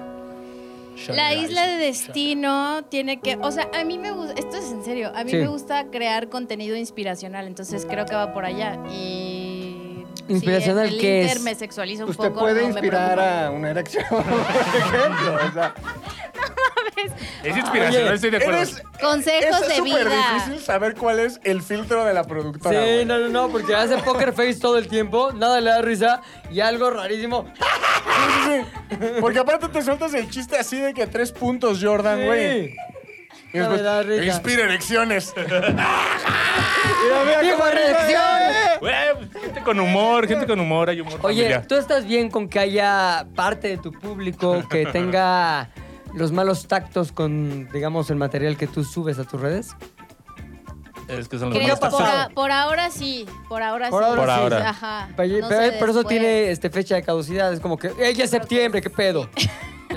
La isla de destino tiene que, o sea, a mí me gusta, esto es en serio, a mí Sí. me gusta crear contenido inspiracional, entonces creo que va por allá y sí, ¿Inspiracional el qué Inter es? me sexualiza un Usted poco. puede no me *laughs* inspirar preocupa. a una erección, por ejemplo. O sea, es Es inspiracional, Oye, estoy de acuerdo. Eres- Consejos es de súper vida. difícil saber cuál es el filtro de la productora. Sí, güey. no, no, no, porque hace poker face todo el tiempo, nada le da risa y algo rarísimo. Sí, sí, sí. Porque aparte te sueltas el chiste así de que tres puntos, Jordan, güey. Sí. Y No me da después, risa. inspira erecciones. ¡Digo reacción! Güey, pues, gente con humor, gente con humor, hay humor. Oye, familiar. ¿tú estás bien con que haya parte de tu público que tenga los malos tactos con, digamos, el material que tú subes a tus redes? Es que son los Creo más por, pasado. a- por ahora sí, por ahora Por sí. ahora Por sí. ahora. Ajá. Pero, No pero- sé pero eso después. tiene este, fecha de caducidad. Es como que, ¡ey, ya es septiembre! ¿Qué pedo?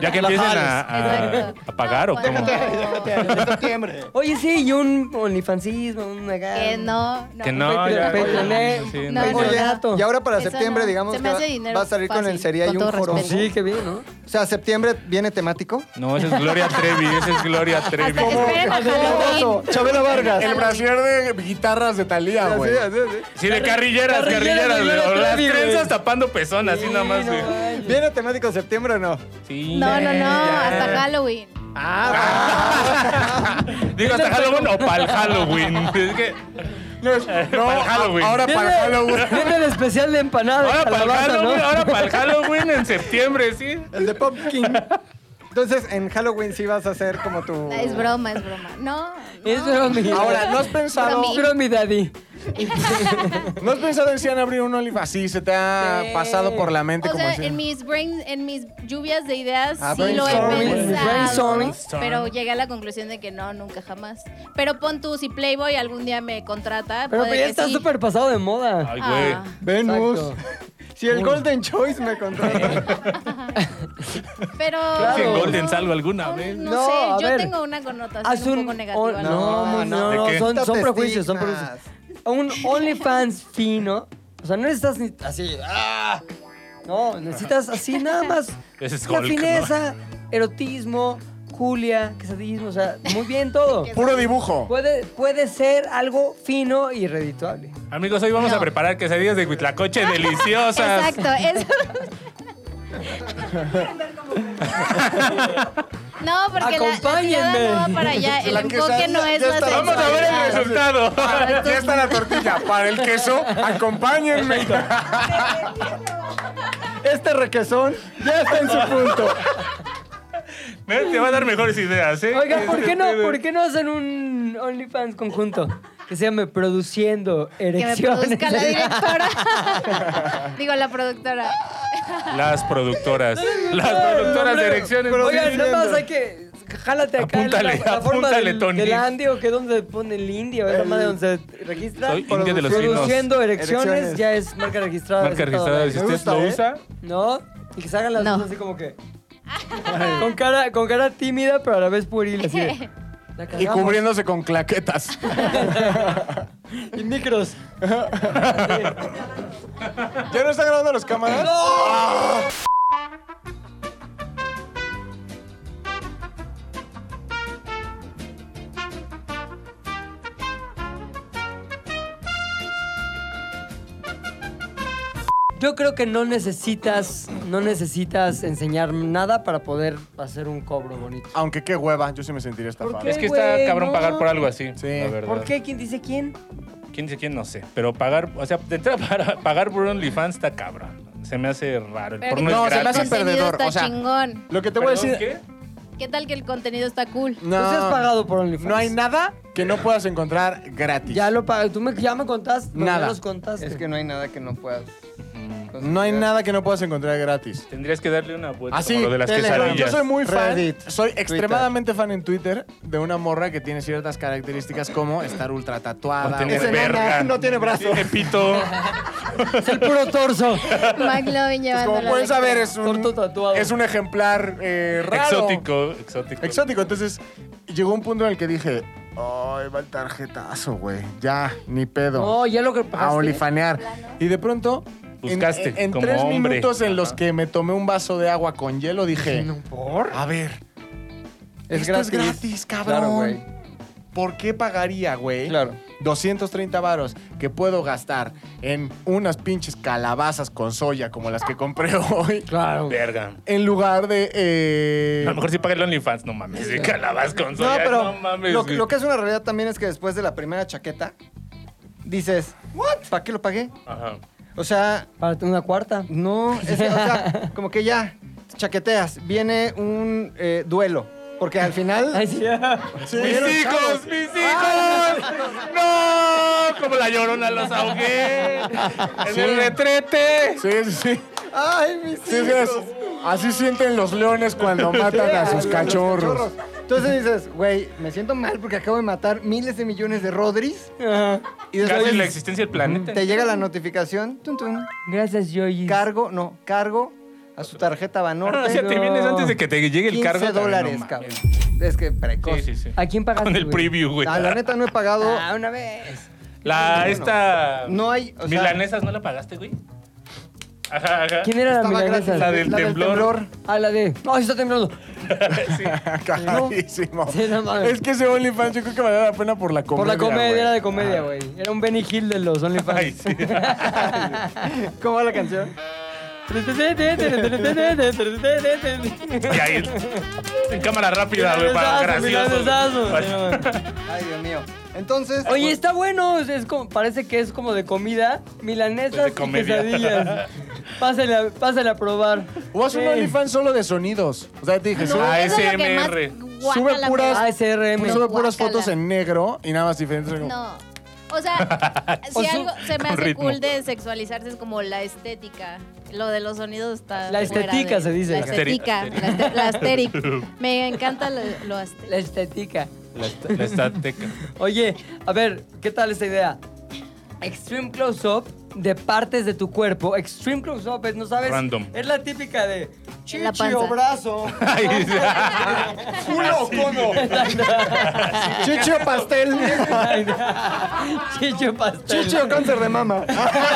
Ya que empiezan a, ah, a, Exacto. a pagar No, o cómo. cuando- septiembre. *laughs* Oye, sí, y un olifancismo, un Que no, no. Que no, ya. Patroné, Sí, un no, no. patronato. Y ahora para Eso septiembre, no. digamos Se que me va, hace dinero va a salir con fácil, el sería y con un todo foro. respeto. Pues Sí, qué bien, ¿no? O sea, septiembre viene temático. No, esa es Gloria Trevi, esa es Gloria Trevi. Hasta que esperen a Halloween. Chabela Vargas. El brasier de guitarras de Talía, güey. Así, así, así. Sí, de carrilleras, Carrilleras de carrilleras. Gloria o Las Trevi, güey. trenzas tapando pezón, así nada más, güey. ¿Viene temático septiembre o no? Sí. No, no, no, hasta Halloween. *laughs* Digo, hasta Halloween o para el Halloween. Es que, No, Para el a- Halloween. ahora para el Halloween. *laughs* Viene el especial de empanada. de ahora para el calabaza, ¿no? Halloween, ahora para el Halloween en septiembre, sí. El de Pumpkin. Entonces, en Halloween sí vas a hacer como tu... Es broma, es broma. No. no. *laughs* Es bromi. *laughs* Ahora, ¿no has pensado, Es bromi, daddy. ¿no has pensado en si han abrir un oliva así? ¿Se te ha Sí. pasado por la mente O como sea, así? en mis brain, en mis lluvias de ideas Ah, sí lo he brainstorming. pensado, Brainstorming. pero llegué a la conclusión de que no, nunca jamás. Pero pon tú si Playboy algún día me contrata, Pero puede ya que está sí. súper pasado de moda. Ay, pues. güey. Ah. Venus. Exacto. *laughs* Si el Golden Choice me contrata. Pero Si en Claro. Golden salgo alguna no, vez. no No, a sé, yo ver. tengo una connotación Haz un, un- poco o- negativa. no. no, *laughs* no, son- son Quítate prejuicios, son estigmas. Un OnlyFans fino. O sea, no necesitas ni así. ¡ah! No, necesitas así nada más. *laughs* Ese es La Hulk, fineza, erotismo, Julia, quesadillismo. O sea, muy bien todo. Puro dibujo. Puede, puede ser algo fino y redituable. Amigos, hoy vamos No. a preparar quesadillas de huitlacoche deliciosas. *laughs* Exacto, eso. No, porque la- la, Acompáñenme. tirada no va *laughs* para allá. El La enfoque no quesadilla es ya la está. Vamos a ver el sexualidad. resultado. *laughs* *laughs* Ya está la tortilla. Para el queso, acompáñenme. *laughs* Este requesón ya está en su punto. Ve, Te va a dar mejores ideas, ¿eh? Oiga, ¿por qué no, ¿por qué no hacen un OnlyFans conjunto? Que se llame Produciendo Que me Erecciones. produzca la *laughs* directora. Digo, la productora. Las productoras. Las productoras de erecciones. Oigan, nada más hay que. Jálate acá. Apúntale, la, la forma apúntale, del, Tony. del Andy o que dónde pone el Indio, o esa madre donde se registra. Soy India de los Produciendo erecciones, Erecciones. ya es marca registrada. Marca aceptada, registrada. ¿vale? Si usted Me gusta, ¿Este lo usa, ¿eh? ¿No? Y que se hagan las No. dos así como que. con, cara, con cara tímida, pero a la vez pueril. Así de, la Y cagamos. cubriéndose con claquetas. Y micros. ¿Ya no están grabando las cámaras? Yo creo que no necesitas, no necesitas enseñar nada para poder hacer un cobro bonito. Aunque qué hueva, yo sí me sentiría estafado. qué? es que está güey, cabrón no. pagar por algo así. Sí. la verdad. ¿Por qué? ¿Quién dice quién? Pues ¿Quién dice quién? No sé. Pero pagar, o sea, de entrada, *laughs* para- pagar por OnlyFans está cabrón. Se me hace raro. El Pero porno ¿qué No, es tal se me que gratis. hace el contenido perdedor, Está o sea- chingón. Lo que te voy a Perdón, decir... ¿qué? ¿Qué tal que el contenido está cool? Tú Pues sí has No, pagado por OnlyFans. no hay nada que no puedas encontrar gratis. Ya lo pagas. Tú me, ya me contaste. pero Nada. Ya los contaste. Es que no hay nada que no puedas. Pues No hay nada que no puedas encontrar gratis. Tendrías que darle una vuelta Así, como lo de las Telegram. quesadillas. yo soy muy fan, Reddit, soy extremadamente fan en Twitter de una morra que tiene ciertas características como estar ultra tatuada. Tener güey. verga. verga. no tiene brazo. Tiene pito. Es el puro torso. McLovin *laughs* Pues llevando como pueden saber, es un, Corto tatuado. es un ejemplar eh, raro. Exótico, exótico. Exótico. Entonces, llegó un punto en el que dije, ay, va el tarjetazo, güey. Ya, ni pedo. No, ya lo que a pagaste. olifanear. Y de pronto, en- Buscaste, en, en como tres hombre. minutos en los Ajá. que me tomé un vaso de agua con hielo, dije, No, ¿Por? a ver, Es esto es gratis. gratis, cabrón. Claro, güey. ¿por qué pagaría, güey? Claro. 230 varos que puedo gastar en unas pinches calabazas con soya como las que compré hoy. Claro. Verga. En lugar de... eh, A lo mejor sí paga el OnlyFans, no mames. *laughs* De calabaz con No, soya, pero no mames. lo, güey. lo que es una realidad también es que después de la primera chaqueta, dices, ¿what? ¿Para qué lo pagué? Ajá. O sea, Para una cuarta. no, es que, o *laughs* sea, como que ya, chaqueteas, viene un eh, duelo, porque al final... Ay, sí. ¡Mis hijos! ¡Mis hijos! ¡No! Como la llorona los ahogué. ¡En el retrete! Sí, sí, sí. ¡Ay, mis Sí, sí, es- así sienten los leones cuando matan a sus cachorros. Entonces dices, güey, me siento mal porque acabo de matar miles de millones de Rodris. Y después Casi la existencia del planeta. te llega la notificación, tun, tun, Gracias, Yoyi. cargo, no, cargo a su tarjeta Banorte. Ah, *laughs* o sea, te vienes antes de que te llegue el 15 cargo. también, no dólares, mames. cabrón. Es que precoz. Sí, sí, sí. ¿A quién pagaste? Con el güey? preview, güey. Ah, la neta no he pagado. Ah, una vez. La, esta... No hay, o sea- ¿Milanesas no la pagaste, güey? Ajá, ajá. ¿Quién era la Estaba gratis, milanesa? La del temblor. Ah, la de. No, se está temblando. Sí. *laughs* Cagadísimo. Sí, no mames. Es que ese OnlyFans yo creo que valía la pena por la comedia. Por la comedia, güey. era de comedia, güey. Era un Benny Hill de los OnlyFans. Ah. Ay, sí. *laughs* ¿Cómo va la canción? Y ahí, en cámara rápida, güey, para gracioso. Para- Ay, Dios mío. Entonces. *laughs* pues, Oye, está bueno. Es, es como, parece que es como de comida. Milanesas De comedia. y quesadillas. Pásale, a- pásale a probar. O haz un Sí. OnlyFans solo de sonidos. O sea, te dije, sube, Ah, eso es lo que más ASMR. Sube guácala me puras- da. ASRM. sube puras Guácala. fotos en negro y nada más diferentes. como- No. O *laughs* sea, O si su- algo se me con hace ritmo. cool de sexualizarse es como la estética. Lo de los sonidos está. La fuera estética de- se dice. La La estética. La, este- la asteric. Me encanta lo, *laughs* lo asteric. La estética. *laughs* La est- la estateca. Oye, a ver, ¿qué tal esta idea? Extreme close-up de partes de tu cuerpo. Extreme close-up es, no sabes. Random. Es la típica de. En la Chichi o panza. brazo. *laughs* Ay, sí. *laughs* Culo, cono. Chicho pastel. Chicho pastel. Chicho, cáncer de mama.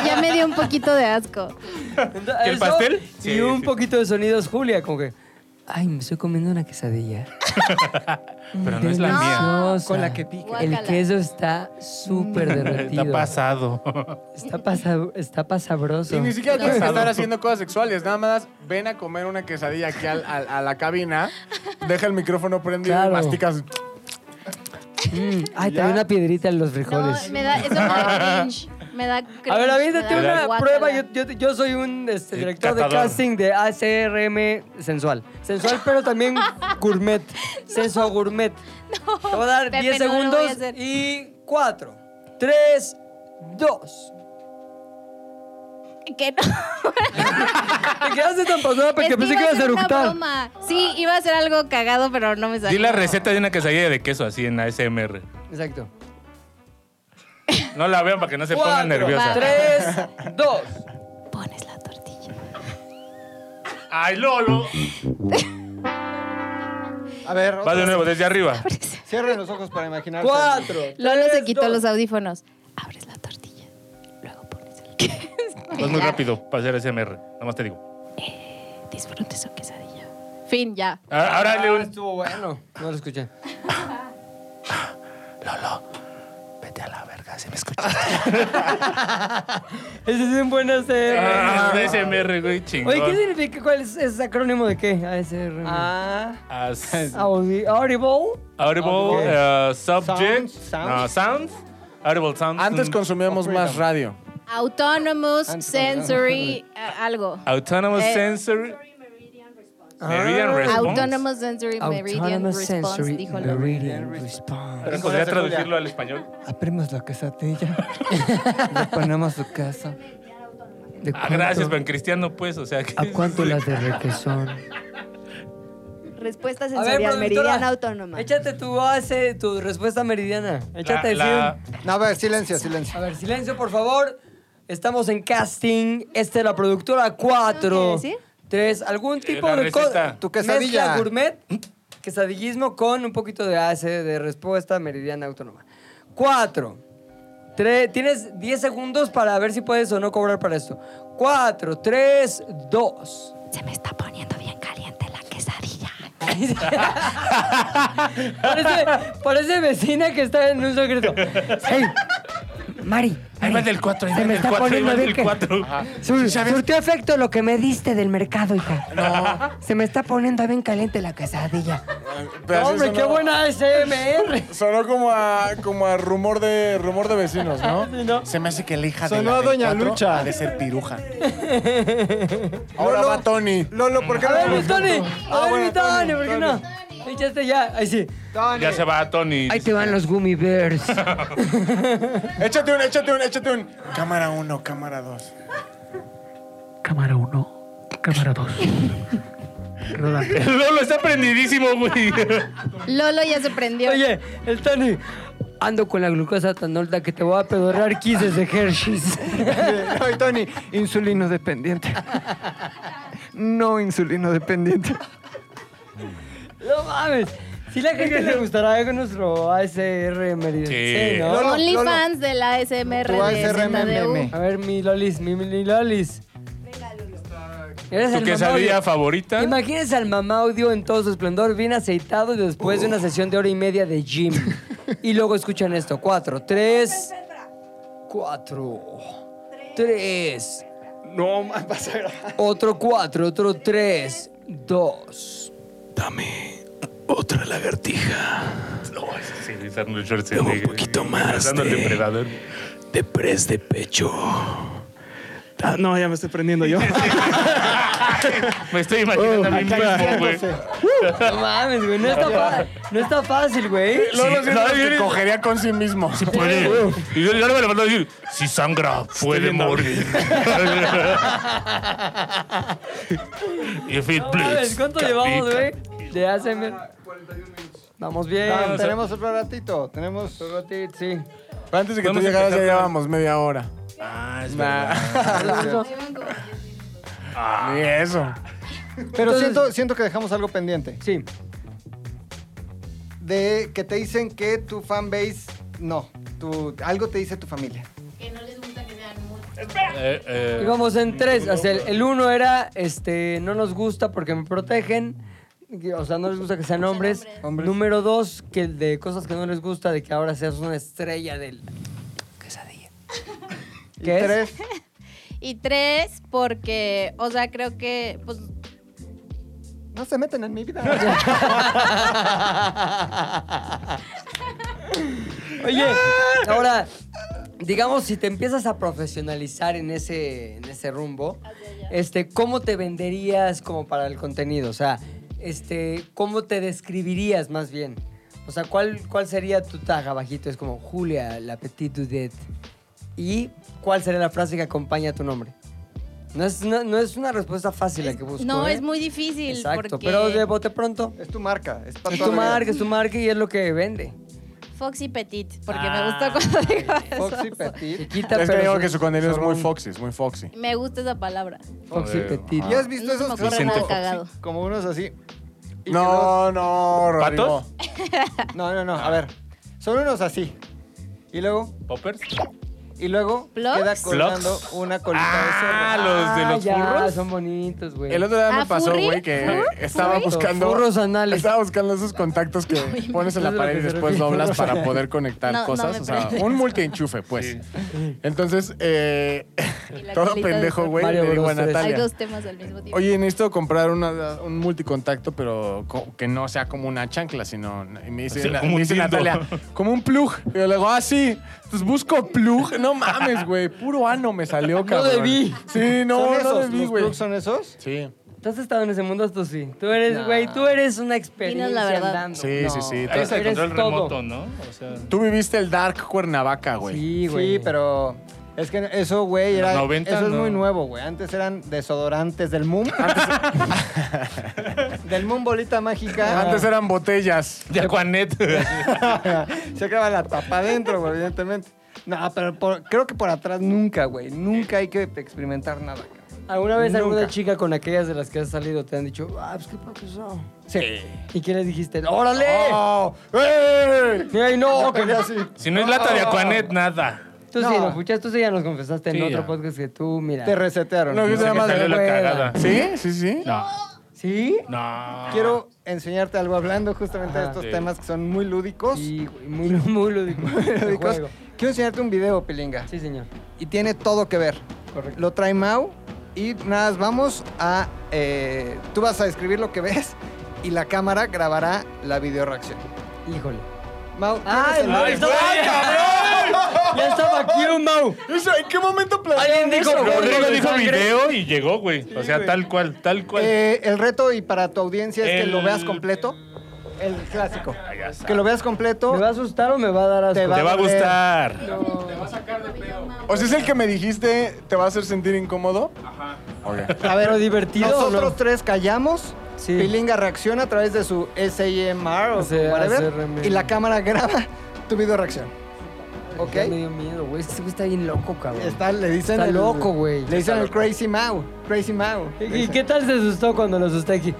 Ya me dio un poquito de asco. Entonces, ¿Que el eso pastel? Y Sí, un sí. poquito de sonidos, Julia, como que. Ay, me estoy comiendo una quesadilla. Pero no es la mía. Deliciosa. Con la que pica. El Guácala. queso está súper derretido. *laughs* Está pasado. Está, pasa- está pasabroso. Y ni siquiera tienes que estar haciendo cosas sexuales. Nada más ven a comer una quesadilla aquí al- al- a la cabina. Deja el micrófono prendido Claro. y masticas. Mm, Ay, Ya. trae una piedrita en los No, frijoles. me da. Eso me da *laughs* cringe. Me da cringe. A ver, me aviéntate da una guácala. prueba. Yo, yo- yo soy un este, Eh, director de catador. casting de ACRM sensual. Sensual, pero *laughs* también gourmet. Senso gourmet. Te voy a dar Pepe, 10 no lo voy a segundos hacer. y 4, 3, 2. *laughs* Que no. Te quedaste tan pasada porque Es pensé que iba ibas a a ser una eructar. broma. Sí, iba a ser algo cagado, pero no me salió. Di la receta de una quesadilla de queso así en ASMR. Exacto. No la vean para que no se pongan nerviosa. tres. *laughs* 3, 2. Pones la tortilla. Ay, Lolo. A ver, Va otra de vez. nuevo, desde arriba. cierren los ojos para imaginar. 4. Lolo se quitó los audífonos. Abres la tortilla. Luego pones el queso. Vas muy rápido para hacer ASMR. Nada más te digo. Disfrute su quesadilla. Fin, ya. Ah, Ahora le un. Estuvo bueno. No lo escuché. Vete a la verga, se me escucha. Ese es un buen Ah. ACRM. ASMR, güey, chingón. Oye, ¿qué significa? ¿Cuál es, es acrónimo de qué? ASRM. Ah, *laughs* As- Audi- Audible. Audible, Ok. eh, subject, Sounds, no, sounds. sounds, audible sounds. Antes mm, consumíamos más radio. Autonomous Antes- sensory a- algo. autonomous Eh, sensory. Meridian response. Autonomous sensory meridian Autonomous response, sensory dijo Lolo. meridian response. Pero podría traducirlo al español. Abrimos la *laughs* quesadilla. Le ponemos su queso. ¿De Ah, gracias, cuánto- Ben Cristiano, pues, o sea. que- ¿A *laughs* cuánto las de requesón? Respuesta A ver, sensorial, productora, meridiana autónoma. Échate tu, AS, tu respuesta meridiana. Échate La- el la- film. No, a ver, silencio, silencio. A ver, silencio, por favor. Estamos en casting. Esta es la productora 4. ¿Qué decir? Tres. ¿Algún tipo Eh, la de co- receta. Tu quesadilla. mezcla gourmet? Quesadillismo con un poquito de AC de respuesta meridiana autónoma. Cuatro. Tres. Tienes 10 segundos para ver si puedes o no cobrar para esto. Cuatro, tres, dos. *laughs* Se me está poniendo bien caliente la quesadilla. Ay, parece, parece vecina que está en un secreto. Sí. Mari, Ahí va Mari, del 4, ahí Se va me del está 4, ahí va poniendo del bien 4. sur- surtió efecto lo que me diste del mercado, hija. Se me está poniendo bien caliente la quesadilla. Pero así Hombre, sonó- qué buena *laughs* ASMR. Sonó como a, como a rumor, de, rumor de vecinos, ¿no? Se me hace que la hija de Sonó la a del Doña cuatro Lucha. ha de ser piruja. Ahora Lolo. va Tony. Lolo, ¿por qué A ver, no? mi Tony. Ah, A ver, mi bueno, Tony, Tony, ¿por qué no? Echaste ya. Ahí sí. Tony. Ya se va Tony. Ahí te van los gummy bears. Échate un, échate un, échate un. Cámara 1, cámara 2. Cámara 1, cámara 2. Rodando. Lolo está prendidísimo, *laughs* güey. Lolo ya se *laughs* prendió. Oye, el Tony. Ando con la glucosa tan alta que te voy a pedorrar 15 de *laughs* Hershey's. *laughs* Ay, Tony, insulino dependiente. No insulino dependiente. No mames. Si la gente le gustará con nuestro ASR Meridian. Sí. ¿no? Lolo, Lolo. OnlyFans de la ASMR Tu de ASMR ZDU. meme. A ver, mi Lolis, mi, mi Lolis. Eres ¿Tu el quesadilla mamaudio. favorita? Imagínense al mamá audio en todo su esplendor, bien aceitado después de una sesión de hora y media de *laughs* gym. y luego escuchan esto: cuatro, tres, cuatro, tres, No, más *laughs* vas a grabar. otro cuatro, otro tres, dos. Dame otra lagartija No, sí, sí, Arnold Schwarzenegger. Un poquito más Cazando al de- depredador. de pres de pecho. Ah, no, ya me estoy prendiendo yo. Me estoy imaginando a mí mismo, güey. acariciándose. No mames, güey, no está, fa- no está fácil, güey. Lolo Sí, siento no, que yo- cogería con sí mismo. Puede. Y yo, yo le voy a decir, si sangra, puede *laughs* viendo. morir. If it No mames, bleeds, ¿cuánto capita. llevamos, güey? De hace. Vamos bien, Ah, tenemos tenemos otro ratito. Tenemos. un ratito, sí. Pero *laughs* antes de que tú Vamos a llegaras ya empezar, llevábamos media hora. Ah, es Nah. verdad. Ni eso. Pero Entonces- siento, siento que dejamos algo pendiente. Sí. De que te dicen que tu fanbase. No. Tu, algo te dice tu familia. Que no les gusta que sean muy... Eh, eh, Íbamos en tres. O sea, el, el uno era, este, no nos gusta porque me protegen. que, O sea, no les gusta que sean hombres. Hombres. Número dos, que de cosas que no les gusta, de que ahora seas una estrella del quesadilla. ¿Qué es? Tres. Y tres, porque, o sea, creo que, pues, No se meten en mi vida. *laughs* *laughs* Oye, ahora, digamos, si te empiezas a profesionalizar en ese, en ese rumbo, Ah, este, ¿cómo te venderías como para el contenido? O sea, este, ¿cómo te describirías más bien? O sea, ¿cuál, cuál sería tu tag abajito? Es como Julia, la petite dudette. ¿Y cuál sería la frase que acompaña tu nombre? No es, no, no es una respuesta fácil la que busco. no, ¿eh? es muy difícil. Exacto, porque pero de bote pronto. Es tu marca. Es, para Es toda tu la vida. marca, es tu marca y es lo que vende. Foxy Petit, porque Ah. me gusta cuando digo eso. Foxy Petit. Chiquita, Es que digo son- que su contenido es son muy un foxy, es muy foxy. Me gusta esa palabra. Foxy Joder, Petit. ¿Ya has visto No se esos me que ocurre son nada como- cagado. Como unos así. y que los- No, no, Rodrigo. ¿Patos? No, no, no, a ver. Son unos así. Y luego, ¿Poppers? y luego ¿Plugs? queda colgando ¿Plugs? una colita Ah, de cerdo. los de Ah, los ya, furros. son bonitos, güey. El otro día me Ah, pasó, ¿furry? güey, que ¿Furry? estaba ¿Furry? buscando. Furros anales. Estaba buscando esos *laughs* contactos que pones en la Eso es lo pared y que se después refiere. doblas para poder conectar No, no cosas. me o sea, prende. un multienchufe, pues. *laughs* Entonces, eh, Y *laughs* la todo colita de pendejo, cerdo. güey, Mario le digo a Bros. tres. Hay Natalia. dos temas al mismo tiempo. Oye, necesito comprar una- un multicontacto, pero co- que no sea como una chancla, sino. Y me dice, O sea, na- como me un dice dildo. Natalia, como un plug. Y yo le digo, ah, sí. Entonces busco plug. No mames, güey. Puro ano me salió, cabrón. debí. Sí, no, ¿Son no esos? debí, ¿Los güey. plugs son esos? Sí. ¿Tú has estado en ese mundo? Tú sí. Tú eres, güey, tú eres una experiencia Dinos la verdad. andando. Sí, sí, sí. Ahí está el Eres control todo. remoto, ¿no? O sea, Tú viviste el Dark Cuernavaca, güey. Sí, güey. Sí, pero es que eso, güey, era. los 90 eso es no. muy nuevo, güey. Antes eran desodorantes del Moon. *laughs* del Moon Bolita Mágica. Antes eran botellas. *laughs* de Aquanet. *laughs* Se acaba la tapa adentro, güey, evidentemente. No, pero por- creo que por atrás nunca, güey. Nunca hay que experimentar nada. cabrón. ¿Alguna vez alguna Nunca. chica con aquellas de las que has salido te han dicho, ah, pues qué pasó? Sí. ¿Y qué les dijiste? ¡Órale! ¡Oh! ¡Ey! ¡Ay, no! que- Quería así. si no es lata de Aquanet, nada. Tú sí No. nos fuchaste, tú sí ya nos confesaste en Sí, otro ya. podcast que tú, mira. Te resetearon. No, yo No sé nada qué más. salió la hueva. cagada. ¿Sí? Sí, sí. No. ¿Sí? No. Quiero enseñarte algo hablando justamente de Ajá. estos Ah. Sí. temas que son muy lúdicos. *laughs* Sí, güey, muy, muy lúdico. Lúdicos. El juego. Quiero enseñarte un video, Pilinga. Sí, señor. Y tiene todo que ver. Correcto. Lo trae Mau y nada, más vamos a... eh, tú vas a escribir lo que ves y la cámara grabará la videoreacción. Híjole. Mau, ¿tienes ¡Ay, el Mau! video? estaba- ¡Ya estaba aquí un Mau! Eso, ¿En qué momento planearon Alguien dijo eso, güey? Rodrigo Rodrigo dijo sangre. video y llegó, güey. O sea, tal cual, tal cual. Eh, el reto y para tu audiencia es que lo pues. El- veas completo. El clásico. Que lo veas completo. ¿Me va a asustar o me va a dar asco? Te Te va a doler. gustar. O sea, es el que me dijiste, ¿te va a hacer sentir incómodo? A ver, ¿Pero divertido o Nosotros no? tres callamos. Sí. Pilinga reacciona a través de su SAMR o O sea, whatever. ACRM. Y la cámara graba tu video reacción. ¿Ok? Ya me dio miedo, güey. Este güey está bien loco, cabrón. Está, le dicen Está el- loco, güey. Le dicen Está el loco. Crazy Mau. Crazy Mau. ¿Y- Le ¿Y dicen. qué tal se asustó cuando lo asusté aquí?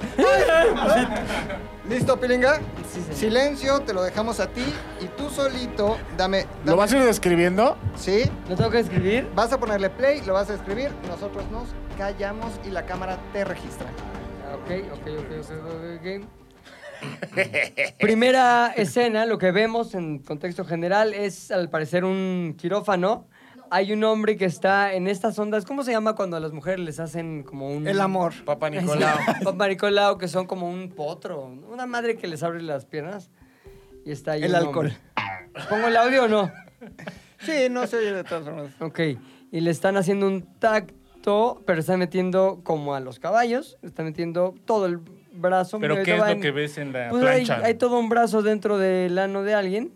¿Listo, Pilinga? Sí, señor. Silencio, te lo dejamos a ti. Y tú solito, dame. ¿Lo dame- vas a ir describiendo? Sí. ¿Lo tengo que escribir? Vas a ponerle play, lo vas a escribir. Nosotros nos callamos y la cámara te registra. Ah, Ok, ok, ok, ok, ok, ok. Primera escena, lo que vemos en contexto general es al parecer un quirófano. Hay un hombre que está en estas ondas, ¿cómo se llama cuando a las mujeres les hacen como Mm. un... El amor. Papá Ay, sí, Nicolau. Papá Nicolau, que son como un potro, una madre que les abre las piernas y está ahí El un alcohol. hombre. ¿Pongo el audio o no? Sí, no se oye de todas formas. Ok, y le están haciendo un tacto, pero están metiendo como a los caballos, están metiendo todo el brazo. Pero medio ¿qué es caballo. lo que ves en la Pues hay, plancha? hay todo un brazo dentro del ano de alguien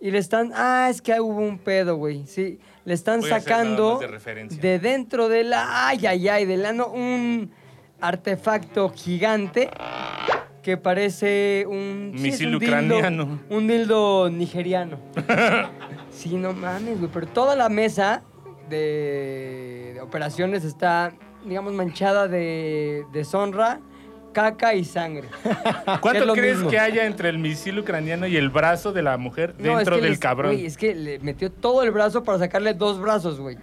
y le están, ah, es que hubo un pedo, güey, sí, le están Voy a hacer nada sacando más de referencia. de dentro del, ay, ay, ay, del ano un artefacto gigante que parece un sí, es Misil un dildo, ucraniano. un dildo *laughs* nigeriano. Sí, no mames, güey. Pero toda la mesa de, de operaciones está, digamos, manchada de deshonra, caca y sangre. Que es ¿Cuánto lo crees mismo. que haya entre el misil ucraniano y el brazo de la mujer No, es dentro que del les- cabrón? Güey, es que le metió todo el brazo para sacarle dos brazos, güey.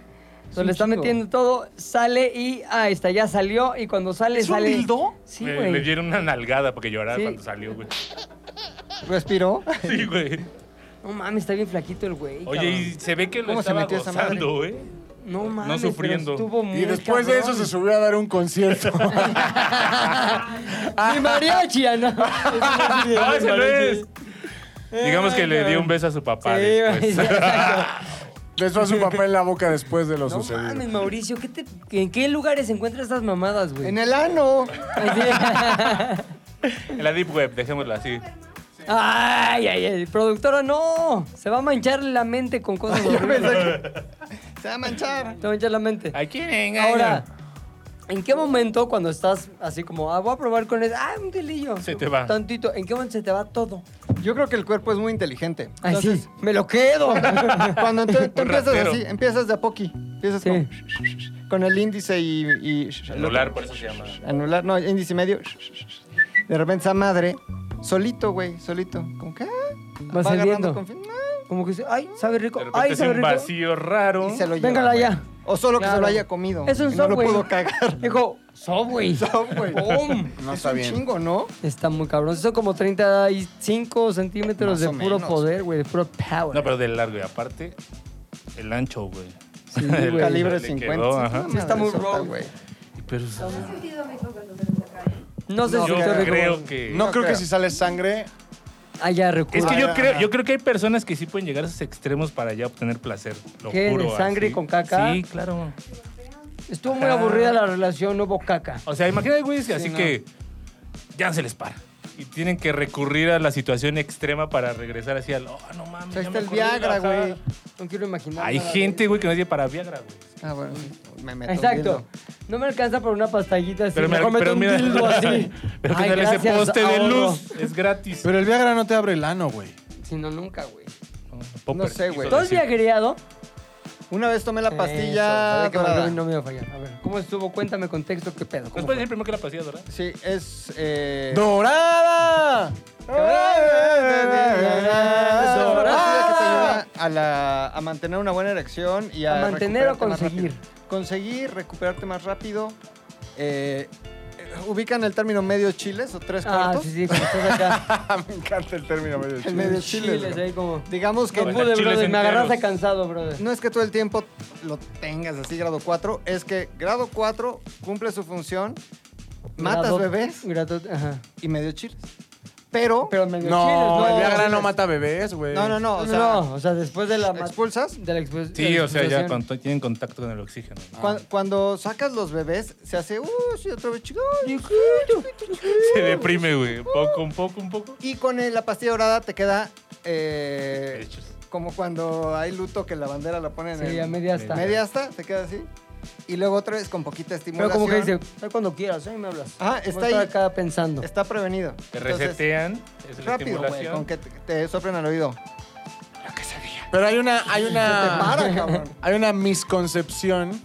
Entonces un le está chingo. metiendo todo, sale y ahí está, ya salió. Y cuando sale, ¿Es un sale. dildo? Sí, Le- güey. Eh, Le dieron una nalgada porque lloraba Sí. cuando *laughs* salió, güey. ¿Respiró? Sí, güey. No mames, está bien flaquito el güey. Oye, cabrón. y se ve que lo ¿Cómo se estaba metió esa madre? gozando, ¿eh? güey. no mames, pero sufriendo. estuvo muy Y después de eso cabrón. se subió a dar un *laughs* concierto. Mi mariachi, ah, no. No, Ah, ese no es. Ay, Digamos que le cabrón. dio un beso a su papá Sí, después. güey, exacto. Besó a su papá en la boca después de lo No sucedido. mames, Mauricio, ¿qué te- ¿en qué lugares encuentras estas mamadas, Mm. güey? *laughs* En el ano. Así- En la Deep Web, dejémoslo así. Ay, ay, ay. Productora, no. Se va a manchar la mente con cosas *laughs* horribles. Se va a manchar. Te va a manchar la mente. ¿A quién engañan? Ahora, ¿en qué momento cuando estás así como, ah, voy a probar con eso? Ah, un delillo. Se te va. Tantito. ¿En qué momento se te va todo? Yo creo que el cuerpo es muy inteligente. Ay, sí. Me lo quedo. *laughs* Cuando tú, tú Un empiezas ratero. así, empiezas de a poqui. Empiezas Sí. con, con el índice y, y- Anular, por eso se llama. Anular, no, índice y medio. De repente esa madre, solito, güey, solito. ¿Con qué? Vas agarrando hirviendo. confianza. Como que dice, ay, sabe rico. De repente Ay, es sabe un rico. vacío raro. Y se lo lleva. Véngala güey. ya. O solo que se Claro. lo haya comido. Es un y no lo Subway. pudo *laughs* cagar. *laughs* Dijo, Subway. Subway. ¡Pum! No es está un bien. chingo, ¿no? Está muy cabrón. Son como 35 centímetros Más de o puro menos. poder, güey, de puro power. No, pero del largo. Y aparte, el ancho, güey. Sí, El güey. Calibre le 50. quedó, ajá. Sí, Está muy madresota, raw. güey. Pero No sé No, si yo usted creo creo... que... No creo que creo. si sale sangre. haya recursos. Es que yo Ajá. creo, yo creo que hay personas que sí pueden llegar a esos extremos para ya obtener placer. Lo ¿Qué? ¿De juro. sangre así. con caca? Sí, claro. Estuvo muy aburrida la relación, no hubo caca. O sea, imagínate, güey, así no. que ya no se les para. Y tienen que recurrir a la situación extrema para regresar así al. Oh, no mames. O sea, ya está me el acordé, Viagra, ajá. güey. No quiero imaginar. Hay nada de gente, güey, que no tiene para Viagra, güey. Ah, bueno, sí, me eso. meto. Exacto. No me alcanza por una pastillita así. Pero, mira, mejor meto pero un mira. dildo así. *laughs* pero que Ay, tal ese gracias, poste de ahorro. luz. Es gratis. Pero el Viagra no te abre el ano, güey. Si no, nunca, güey. Popper sé, güey. quiso ¿Todo es decir. viagreado? Una vez tomé la Eso, pastilla sabía que Marlon dorada. no me iba a fallar. A ver, ¿cómo estuvo? Cuéntame contexto, qué pedo. ¿Nos ¿Cómo Pues puedes fue? decir primero que la pasilla dorada? Sí, es... Eh... ¡Dorada! Dorada. que te ayuda a, la- a mantener una buena erección y a... Ah. ¿A mantener o recuperarte más conseguir? rápido. Conseguir, recuperarte más rápido. eh, ¿Ubican el término medio chiles o tres Ah, cuartos? sí, sí, cuando estás *laughs* acá. Me encanta el término medio El chile. medio chiles. Chiles, ahí como. Digamos que No no, pude, chiles brother. Me agarraste enteros. cansado, brother. es que todo el tiempo lo tengas así, grado 4. Es que grado 4 cumple su función, matas Grato- bebés grato- ajá. y medio chiles. Pero, Pero medio No, chiles, el Viagra chiles. no mata bebés, güey. no, no, no, o sea, no, o sea, después de la. expulsas. De la expus- de Sí, la o sea, ya expulsión. cuando tienen contacto con el oxígeno. Ah. cuan- Cuando, sacas los bebés, se hace, uh, sí, otra vez chico. Se deprime, güey. Un poco, un poco, un poco. Y con el- la pastilla dorada te queda eh, Hechos. como cuando hay luto que la bandera la ponen Sí, en a media hasta. media asta, te queda así. Y luego otra vez con poquita Pero estimulación. como que dice, "Ay, cuando quieras, ahí me hablas. Ajá, Voy está a estar ahí. acá pensando. Está prevenido. Te Entonces, resetean. Es la Rápido, güey, estimulación. con que te, te soplen al oído. Pero hay una, hay Ah. una, *laughs* Para, cabrón. hay una misconcepción.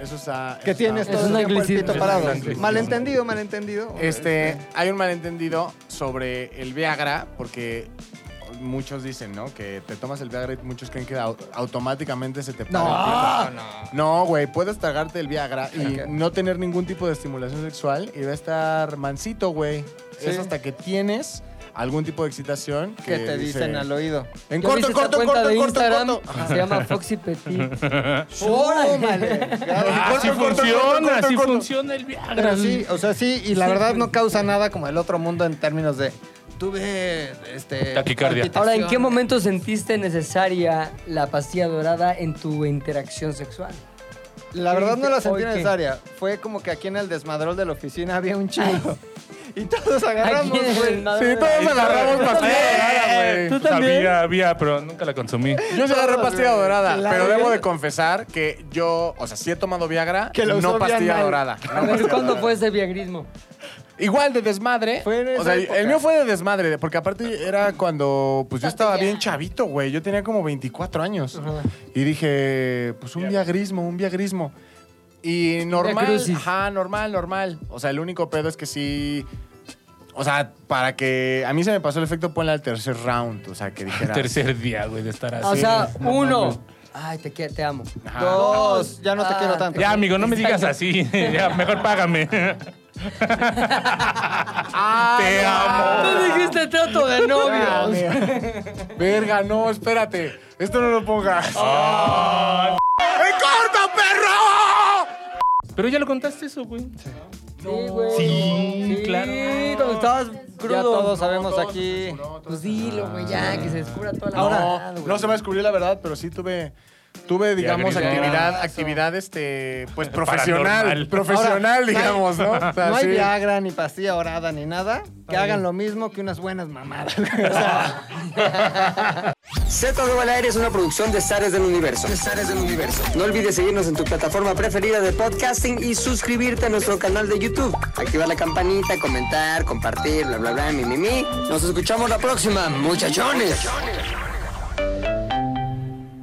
Eso está. Que eso tienes está- Es todo un el tiempo el anglicismo. pito Es un parado. anglicismo. Malentendido, malentendido. Este, hay un malentendido sobre el Viagra porque muchos dicen, ¿no? Que te tomas el Viagra y muchos creen que au- automáticamente se te para. el pito. No, güey, puedes tragarte el Viagra y no tener ningún tipo de estimulación sexual y va a estar mansito, güey. Es hasta que tienes algún tipo de excitación que, que te dice- dicen al oído. En Yo vi corto, esta corto, cuenta corto, de corto, Instagram, corto. Se llama Foxy Petit. ¡Órale! Así Ah, funciona, así funciona el Pero Viagra. sí, o sea, sí, y la verdad no causa nada como el otro mundo en términos de tuve este Taquicardia. palpitación. Ahora, ¿en qué momento sentiste necesaria la pastilla dorada en tu interacción sexual? La verdad no la sentí Oye, ¿qué? necesaria. Fue como que aquí en el desmadrol de la oficina había un chingo. *laughs* Y todos agarramos, Aquí en güey. el Madre- Sí, todos agarramos pastilla Eh, dorada, ¿Tú güey. o sea, también? Había, había, pero nunca la consumí. Yo sí agarré pastilla dorada, La pero debo verdad- de confesar que yo, o sea, sí he tomado Viagra, Que lo no usó pastilla Vianal. dorada. no A ver, pastilla ¿cuándo dorada. fue ese viagrismo? Igual de desmadre. Fue en o esa sea, época. el mío fue de desmadre, porque aparte era cuando pues yo estaba bien chavito, güey. Yo tenía como 24 años. Y dije, pues un viagrismo, un viagrismo. Y normal, viacrucis. ajá, normal, normal. O sea, el único pedo es que sí o sea, para que a mí se me pasó el efecto ponle al tercer round, o sea, *laughs* que dijera Tercer día, güey, de estar así. o sea, No mames. uno. Ay, te, quiero, te amo. Ajá. Dos, ya no te Ah, quiero tanto. Ya, amigo, no me digas así. *laughs* ya, mejor págame. Te Tú amo. dijiste trato de Ah, novios. mira. Verga, no, espérate. Esto no lo pongas. ¡Ah! Pero ya lo contaste eso, güey. Sí, güey. Sí, claro. Sí, cuando estabas crudo. Ya todos sabemos aquí. Pues dilo, güey, ya, que se descubra toda la Ahora, verdad, no, güey. se me descubrió la verdad, pero sí tuve, tuve digamos, gris, actividad, actividad, este, pues, profesional. Paranormal. Profesional, digamos, ¿no? O sea, No hay sí. Viagra, ni pastilla orada, ni nada. Que hagan lo mismo que unas buenas *laughs* mamadas. O sea, Z2 al aire es una producción de Zares del Universo. Zares del Universo. No olvides seguirnos en tu plataforma preferida de podcasting y suscribirte a nuestro canal de YouTube. Activar la campanita, comentar, compartir, bla, bla, bla, mi, mi, mi. Nos escuchamos la próxima, muchachones.